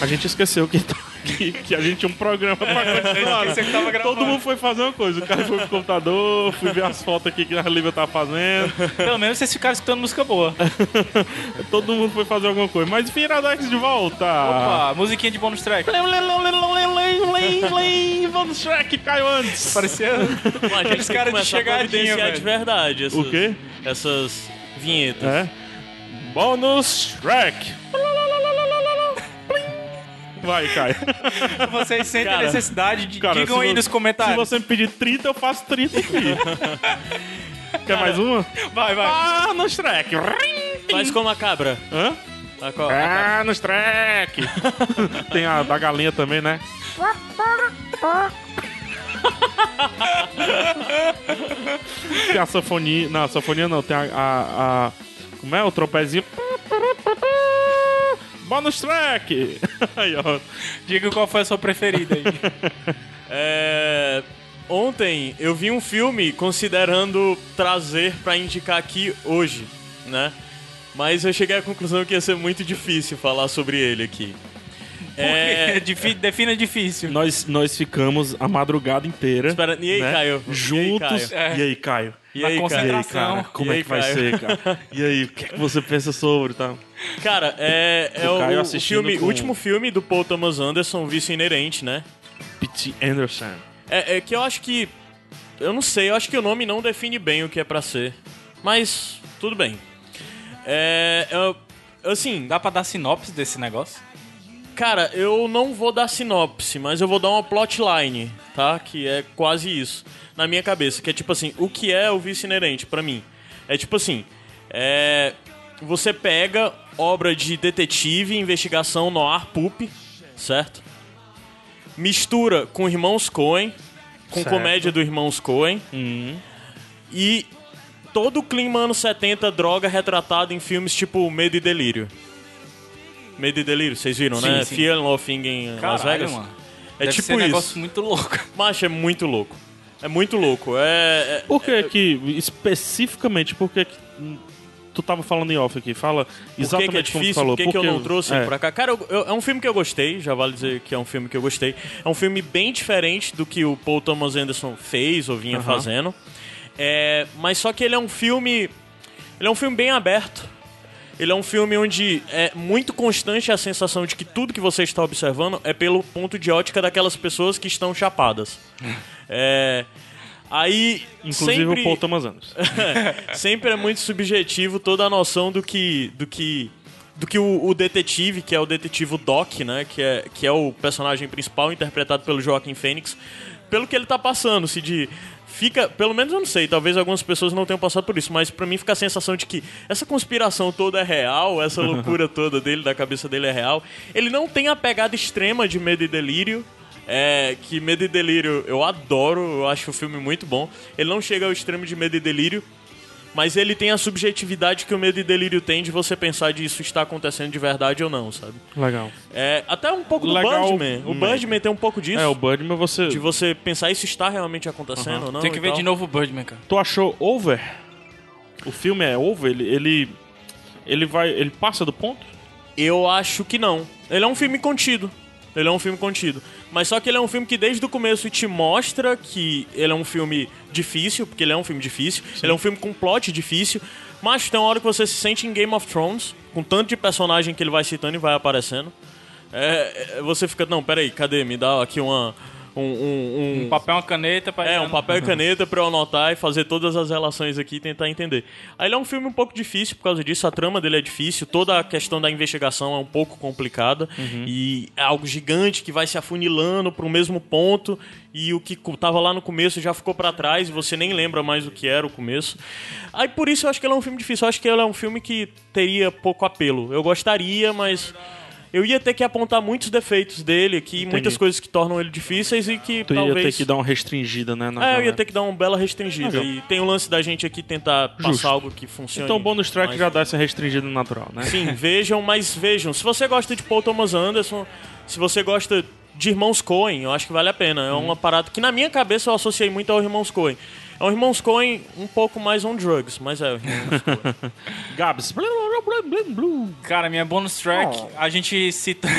A gente esqueceu que, tá- que, que a gente tinha um programa pra continuar. esqueceu que tava gravando. Todo mundo foi fazer uma coisa. O cara foi pro computador, fui ver as fotos aqui que a Lívia tá fazendo. Pelo menos vocês ficaram escutando música boa. Todo mundo foi fazer alguma coisa. Mas enfim, Iradex de volta. Opa, musiquinha de bônus track. Vamos, Shrek, caiu antes. Parecia. Pô, a gente Aqueles tem é caras de começar a chegadinha, providenciar velho. de verdade essas, O quê? essas vinhetas. É. Bônus Shrek. Vai, Caio. Vocês sentem Cara, a necessidade de. Cara, Digam se aí vo- nos comentários. Se você me pedir 30, eu faço 30 aqui. Quer mais uma? Vai, vai. Ah, no Shrek. Faz como a cabra. Hã? A co- a cabra. Ah, no Shrek. Tem a da galinha também, né? tem a sanfonia... Não, a sanfonia não. Tem a... a- a- Como é? O tropezinho... Bônus track! Aí, ó. Diga qual foi a sua preferida aí. É, Ontem eu vi um filme considerando trazer pra indicar aqui hoje, né? Mas eu cheguei à conclusão que ia ser muito difícil falar sobre ele aqui. É, Porque Difí defina difícil. Nós, nós ficamos a madrugada inteira. né? Espera, e aí, Caio? E aí, Juntos. E Caio? aí, Caio? E na aí, E cara? aí, concentração. cara? Como E é aí, que vai Caio? ser, cara? E aí, o que é que você pensa sobre, tá? Cara, é, é O o, Caio o assistindo filme, com- último filme do Paul Thomas Anderson, Vício Inerente, né? Pete Anderson. É, é que eu acho que. Eu não sei, eu acho que o nome não define bem o que é pra ser. Mas, tudo bem. É. é, assim, Dá pra dar sinopse desse negócio? cara, eu não vou dar sinopse, mas eu vou dar uma plotline, tá? Que é quase isso. Na minha cabeça, que é tipo assim: o que é o vício inerente pra mim? É tipo assim: é. Você pega obra de detetive, investigação no ar pup, certo? Mistura com Irmãos Coen, com Certo. comédia do Irmãos Coen. E todo o clima anos 70, droga retratado em filmes tipo Medo e Delírio. Medo e Delírio, vocês viram, Sim, né? sim. Fear and Loathing em Las Caralho, Vegas. mano. É Deve tipo ser um isso. negócio muito louco. Macho, é muito louco. É muito louco. É, é- Por que que, especificamente, por que que tu tava falando em off aqui. Fala Por que, exatamente que é como tu difícil? falou. Por que, que eu não trouxe é, ele pra cá? Cara, eu- eu- é um filme que eu gostei, já vale dizer que é um filme que eu gostei. É um filme bem diferente do que o Paul Thomas Anderson fez ou vinha fazendo. É, mas só que ele é um filme. Ele é um filme bem aberto. Ele é um filme onde é muito constante a sensação de que tudo que você está observando é pelo ponto de ótica daquelas pessoas que estão chapadas. É, aí. Inclusive sempre... o Paul Thomas Anderson. Sempre é muito subjetivo toda a noção do que. do que. do que o, o detetive, que é o detetive Doc, né? Que é, que é o personagem principal, interpretado pelo Joaquim Fênix, pelo que ele tá passando, se de. Fica, pelo menos eu não sei, talvez algumas pessoas não tenham passado por isso, mas pra mim fica a sensação de que essa conspiração toda é real, essa loucura toda dele, da cabeça dele é real. Ele não tem a pegada extrema de medo e delírio, é, que Medo e Delírio eu adoro, eu acho o filme muito bom. Ele não chega ao extremo de Medo e Delírio, mas ele tem a subjetividade que o Medo e Delírio tem de você pensar de isso está acontecendo de verdade ou não, sabe? Legal. É, até um pouco do Legal, Birdman. O né? Birdman tem um pouco disso, É, o Birdman você... de você pensar isso está realmente acontecendo ou não. então. Tem que e ver tal. de novo o Birdman, cara. Tu achou over? O filme é over? Ele... Ele, ele vai... Ele passa do ponto? Eu acho que não. Ele é um filme contido. Ele é um filme contido. Mas só que ele é um filme que desde o começo te mostra que ele é um filme difícil, porque ele é um filme difícil. Ele é um filme com plot difícil. Mas tem uma hora que você se sente em Game of Thrones, com tanto de personagem que ele vai citando e vai aparecendo. É, é, você fica, não, peraí, cadê? Me dá aqui uma. Um, um, um- Um papel, uma caneta pra. é, um papel Uhum. e caneta pra eu anotar e fazer todas as relações aqui e tentar entender. Aí ele é um filme um pouco difícil por causa disso, a trama dele é difícil, toda a questão da investigação é um pouco complicada Uhum. e é algo gigante que vai se afunilando pro mesmo ponto e o que co- tava lá no começo já ficou pra trás e você nem lembra mais o que era o começo. Aí por isso eu acho que ele é um filme difícil, eu acho que ele é um filme que teria pouco apelo. Eu gostaria, mas... Eu ia ter que apontar muitos defeitos dele aqui, muitas coisas que tornam ele difíceis e que Tu talvez... ia ter que dar uma restringida, né? na É, eu ia galera. ter que dar uma bela restringida. Legal. E tem o lance da gente aqui tentar é um Justo. passar algo que funcione. Então o bônus track mais. já dá essa restringida natural, né? Sim, vejam, mas vejam. Se você gosta de Paul Thomas Anderson, se você gosta de Irmãos Coen, eu acho que vale a pena. Uhum. É um aparato que na minha cabeça eu associei muito ao Irmãos Coen. É um Irmãos Coen um pouco mais on drugs, mas é. Gabs. Cara, minha bonus track, a gente citou.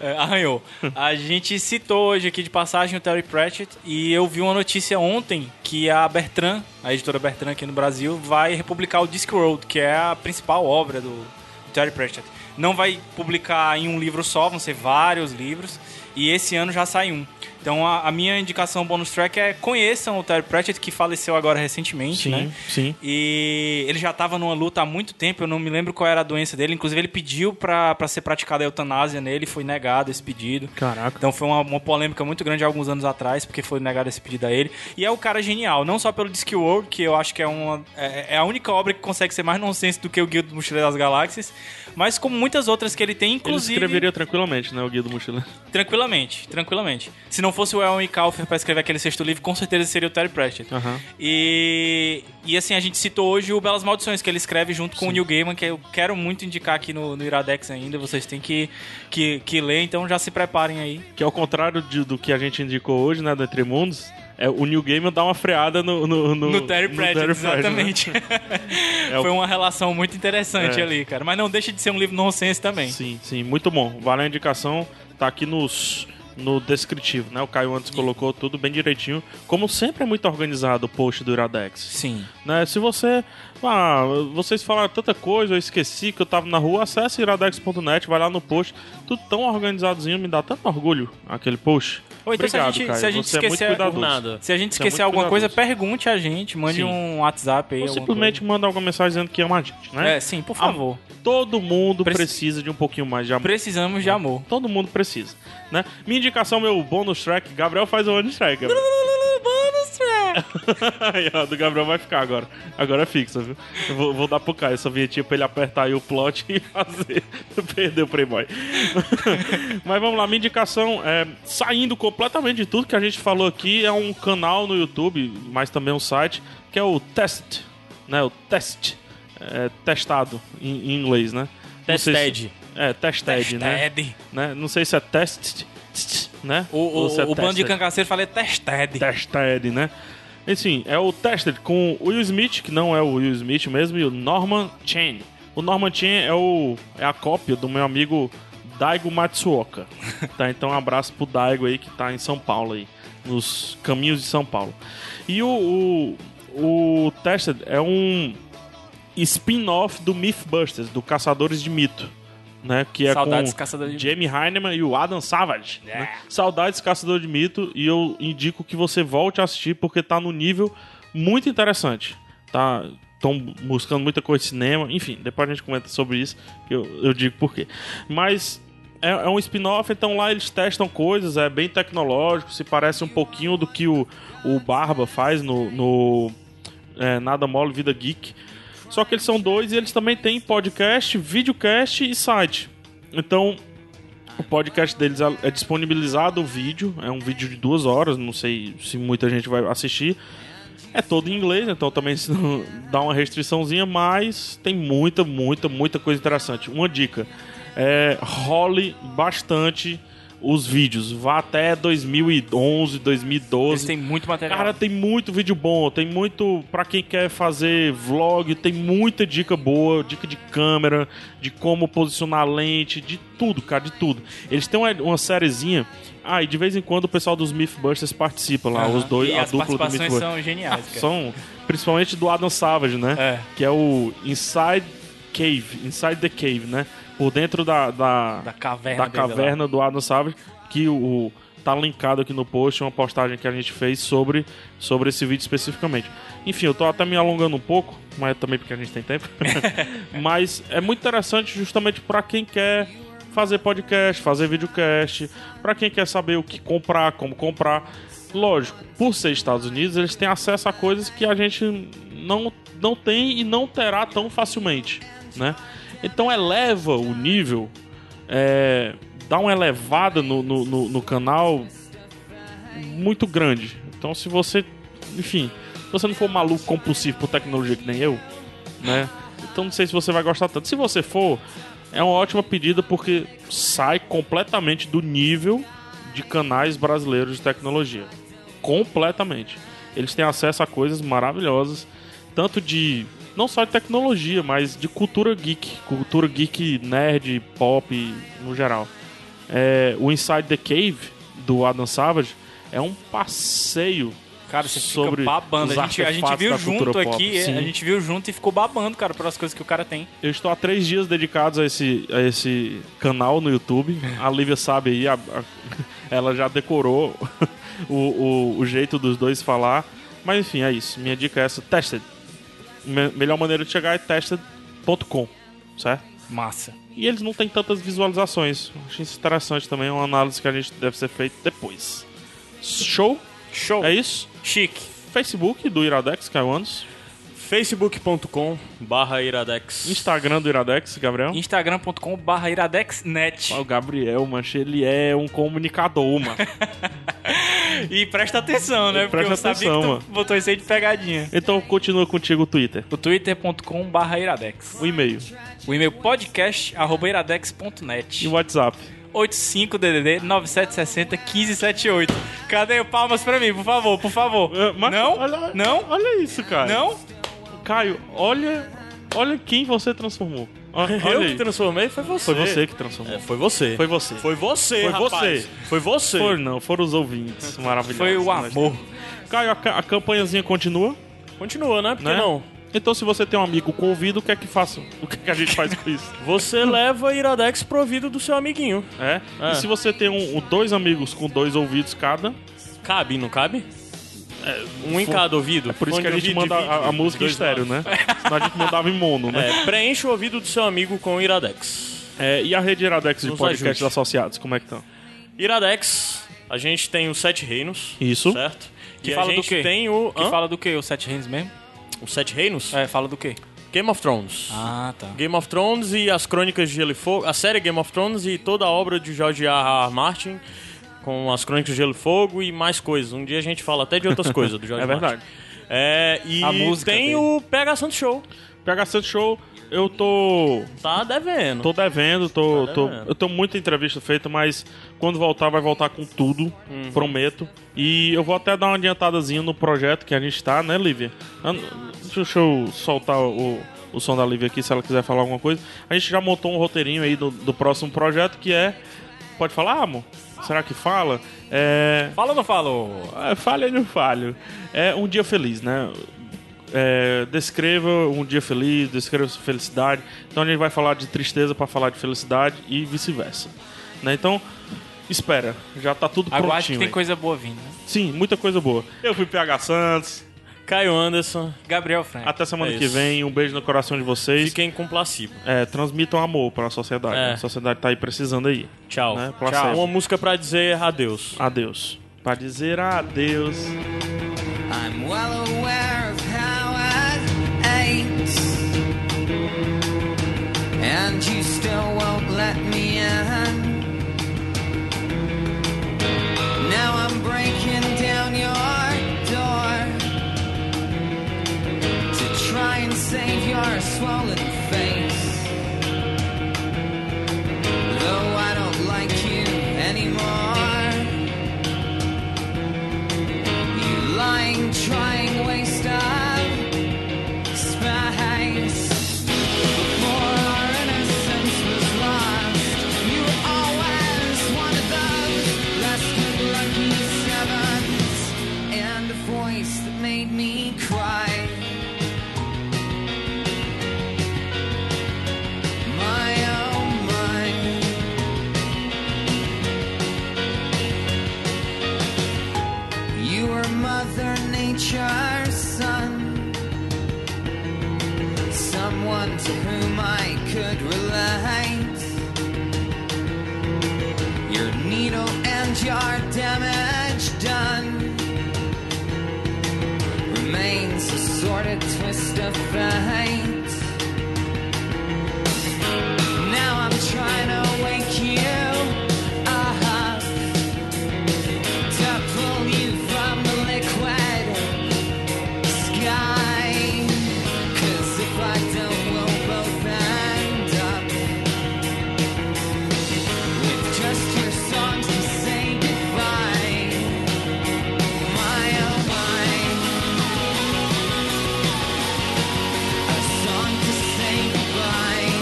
É, Arranhou. A gente citou hoje aqui de passagem o Terry Pratchett e eu vi uma notícia ontem que a Bertrand, a editora Bertrand aqui no Brasil, vai republicar o Discworld, que é a principal obra do Terry Pratchett. Não vai publicar em um livro só, vão ser vários livros e esse ano já sai um. Então a, a minha indicação bonus track é conheçam o Terry Pratchett que faleceu agora recentemente, Sim, né? sim. E ele já estava numa luta há muito tempo, eu não me lembro qual era a doença dele. Inclusive, ele pediu pra pra ser praticada a eutanásia nele, foi negado esse pedido. Caraca. Então foi uma, uma polêmica muito grande há alguns anos atrás, porque foi negado esse pedido a ele. E é o cara genial, não só pelo Discworld, que eu acho que é, uma, é, é a única obra que consegue ser mais nonsense do que o Guia do Mochileiro das Galáxias, mas como muitas outras que ele tem, Ele inclusive... escreveria tranquilamente, né? O Guia do Mochileiro. Tranquilamente, tranquilamente. Se não fosse o Elm e Kaufer pra escrever aquele sexto livro, com certeza seria o Terry Pratchett. Aham. E, e assim, a gente citou hoje o Belas Maldições, que ele escreve junto com o Neil Gaiman, que eu quero muito indicar aqui no, no Iradex ainda. Vocês têm que, que, que ler, então já se preparem aí. Que ao contrário de- do que a gente indicou hoje, né? Do Entre Mundos, é, o New Game dá uma freada no... No, no, No Terry no Pratchett, né? É exatamente. o- Foi uma relação muito interessante É. ali, cara. Mas não deixa de ser um livro nonsense também. Sim, sim. Muito bom. Vale a indicação. Tá aqui nos... No descritivo, né? O Caio antes colocou tudo bem direitinho. Como sempre é muito organizado o post do Iradex. Sim. né? Se você. Ah, vocês falaram tanta coisa, eu esqueci que eu tava na rua, acesse iradex.net, vai lá no post. Tudo tão organizadozinho, me dá tanto orgulho aquele post. Ou então se a Obrigado, gente- cara. se a gente você esquecer- é muito cuidadoso. nada. Se a gente Isso é esquecer muito alguma coisa, cuidadoso. pergunte a gente, mande Sim. um WhatsApp aí. Ou alguma simplesmente manda alguma mensagem dizendo que ama a gente, coisa. né? É, sim, por favor. Todo mundo Preci- precisa de um pouquinho mais de amor. Precisamos de amor. Todo mundo precisa, né? Minha indicação, meu bônus track, Gabriel faz o bônus track. Gabriel. aí, ó, do Gabriel vai ficar agora. Agora é fixa, viu? Eu vou, vou dar pro Caio essa vinhetinha pra ele apertar aí o plot e fazer. Perdeu o Playboy. Mas vamos lá, minha indicação é saindo completamente de tudo que a gente falou aqui. É um canal no YouTube, mas também um site, que é o Test, né? O Test. é, testado em, em inglês, né? Não sei se- Tested. É, tested, né? Tested. né? Não sei se é test, tst, né? O, o, Ou se é o bando de tested. cangaceiro fala é tested. Tested, né? Enfim, é o Tested com o Will Smith, que não é o Will Smith mesmo, e o Norman Chen. O Norman Chen é, o, é a cópia do meu amigo Daigo Matsuoka. tá, então um abraço pro Daigo aí que tá em São Paulo aí, nos caminhos de São Paulo. E o, o, o Tested é um spin-off do Mythbusters, do Caçadores de Mito. Né, que é Saudades com Caçadores de Mito. É. Jamie Heineman e o Adam Savage. né? Saudades Caçador de Mito e eu indico que você volte a assistir porque tá no nível muito interessante. Tá estão buscando muita coisa de cinema, enfim, depois a gente comenta sobre isso, que eu, eu digo por quê. Mas é, é um spin-off, então lá eles testam coisas, é bem tecnológico, se parece um pouquinho do que o, o Barba faz no, no é, Nada Mole Vida Geek. Só que eles são dois e eles também têm podcast, videocast e site. Então, o podcast deles é- é disponibilizado o vídeo, é um vídeo de duas horas, não sei se muita gente vai assistir. É todo em inglês, então também se não- dá uma restriçãozinha, mas tem muita, muita, muita coisa interessante. Uma dica: é, role bastante os vídeos. Vá até 2011, 2012. Eles têm muito material. Cara, tem muito vídeo bom, tem muito pra quem quer fazer vlog, tem muita dica boa, dica de câmera, de como posicionar a lente, de tudo, cara, de tudo. Eles têm uma, uma sériezinha. Ah, e de vez em quando o pessoal dos Mythbusters participa lá, Aham. ah, os dois, e a as dupla do participações Mythbusters. são geniais, cara. São, principalmente do Adam Savage, né? É. Que é o Inside Cave, Inside the Cave, né? Por dentro da, da, Da caverna da dele lá. caverna do Adam Savage, que o tá linkado aqui no post, uma postagem que a gente fez sobre, sobre esse vídeo especificamente. Enfim, eu tô até me alongando um pouco, mas também porque a gente tem tempo. mas é muito interessante justamente para quem quer fazer podcast, fazer videocast, para quem quer saber o que comprar, como comprar. Lógico, por ser Estados Unidos, eles têm acesso a coisas que a gente não, não tem e não terá tão facilmente, né? Então eleva o nível é, dá uma elevada no, no, no- no canal muito grande. Então, se você, enfim, se você não for maluco compulsivo por tecnologia que nem eu, né? Então, não sei se você vai gostar tanto. Se você for, é uma ótima pedida porque sai completamente do nível de canais brasileiros de tecnologia. Completamente. Eles têm acesso a coisas maravilhosas, tanto de não só de tecnologia, mas de cultura geek, cultura geek nerd, pop no geral. É, o Inside the Cave do Adam Savage é um passeio Cara, você fica sobre babando. os A gente, a gente artefatos viu da junto cultura pop. aqui, é, Sim. a gente viu junto e ficou babando, cara, pelas coisas que o cara tem. Eu estou há três dias dedicados a esse, a esse canal no YouTube. A Lívia sabe aí, a- a- ela já decorou o, o- o jeito dos dois falar. Mas enfim, é isso. Minha dica é essa: tested. Me- melhor maneira de chegar é tested.com, certo? Massa. E eles não têm tantas visualizações. Achei isso interessante também. É uma análise que a gente deve ser feita depois. Show? Show. É isso. Chique. Facebook do Iradex, é Caio Anos. facebook.com barra iradex. Instagram do Iradex, Gabriel. Instagram.com.br iradexnet. O Gabriel, mancha, ele é um comunicador, mano. E presta atenção, né? Porque Presta eu sabia atenção, que tu mano. botou isso aí de pegadinha. Então continua contigo o Twitter, O twitter.com.br iradex. o e-mail O e-mail podcast arroba iradex.net. e o WhatsApp. 85DDD 9760 1578. Cadê o palmas pra mim, por favor, por favor? É, mas- não? olha- não? Olha isso, cara. Não? Caio, olha, olha quem você transformou. O- Olha Eu aí. que transformei foi você. Foi você que transformou. É, foi você. Foi você. Foi você, Foi rapaz. você. Foi você. Foram não, foram os ouvintes maravilhosos. Foi o amor. Caio, a, ca- a campanhazinha continua, Continua, né? Porque né? não. Então se você tem um amigo com ouvido, o que é que faça? O que, é que a gente faz com isso? Você leva Iradex provido do seu amiguinho. É? É. E se você tem um, um- dois amigos com dois ouvidos cada, Cabe, não cabe? um em fo- cada ouvido. é por isso Fone que a de gente ouvido manda a, a divide música em dois estéreo, né? lados. Senão a gente mandava em mono, né? É, preenche o ouvido do seu amigo com o Iradex. É, e a rede Iradex de Nos podcasts ajude. associados, como é que estão? Iradex, a gente tem os Sete Reinos. Isso. Certo? Que e fala a do gente quê? tem o. Que hã? fala do que? O Sete Reinos mesmo? Os Sete Reinos? É, fala do que? Game of Thrones. Ah, tá. Game of Thrones e as Crônicas de Gelo e Fogo, a série Game of Thrones e toda a obra de George R. R. Martin, com as Crônicas de Gelo e Fogo e mais coisas. Um dia a gente fala até de outras coisas do George É verdade. Martin. É, e A música tem dele. o PH Santos Show. PH Santos Show, eu tô. Tá devendo. Tô devendo, tô, Tá tô- devendo. eu tenho muita entrevista feita, mas quando voltar, vai voltar com tudo, prometo. E eu vou até dar uma adiantadazinha no projeto que a gente tá, né, Lívia? Ah, Deixa eu soltar o, o som da Lívia aqui, se ela quiser falar alguma coisa. A gente já montou um roteirinho aí do, do próximo projeto, que é... Pode falar, amor? Será que fala? É... Fala ou não falou? Ah, Falha ou não falho? É um dia feliz, né? É, descreva um dia feliz, descreva sua felicidade. Então a gente vai falar de tristeza para falar de felicidade e vice-versa. Né? Então, espera, já tá tudo Aguarde que prontinho. tem aí. coisa boa vindo. né? Sim, muita coisa boa. Eu fui PH Santos. Caio Anderson, Gabriel Frank. Até semana É que isso. vem. Um beijo no coração de vocês. fiquem com placebo. É, transmitam amor para a sociedade. É. A sociedade tá aí precisando aí. Tchau. Né? Tchau. Placebo. Uma música pra dizer adeus. Adeus. Para dizer adeus. I'm well aware of how it aches. And you still won't let me in. Now I'm breaking down your door to try and save your swollen face. Though I don't like you anymore. You lying, trying waste of space. Before our innocence was lost, you were always one of those less than lucky sevens, and a voice that made me cry. My oh my. You were Mother Nature's son. Someone to whom I could relate. Your needle and your damage done remains a sordid twist of fate. Now I'm trying to wake you up to pull you from the liquid sky. 'Cause if I don't, we'll both end up with just your songs to say goodbye. My oh my, a song to say goodbye.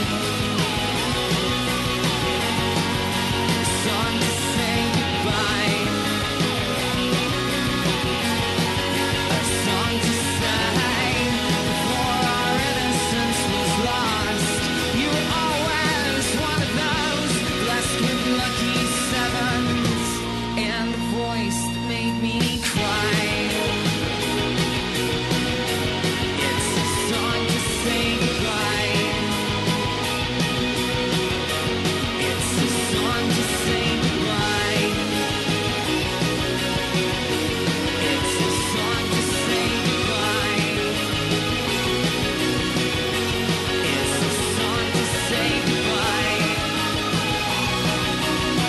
A song to say goodbye. A song to sing before our innocence was lost. You were always one of those blessed with lucky sevens and a voice that made me cry. It's a song to say goodbye. It's a song to say goodbye. It's a song to say goodbye. It's a song to say goodbye.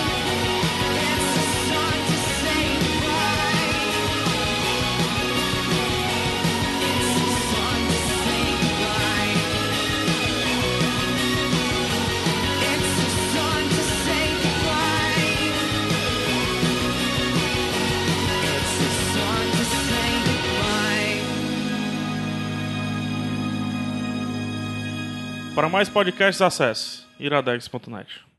It's a song to say goodbye. It's a song to say goodbye. It's a song to say goodbye. It's a song to say goodbye. Para mais podcasts, acesse iradex.net.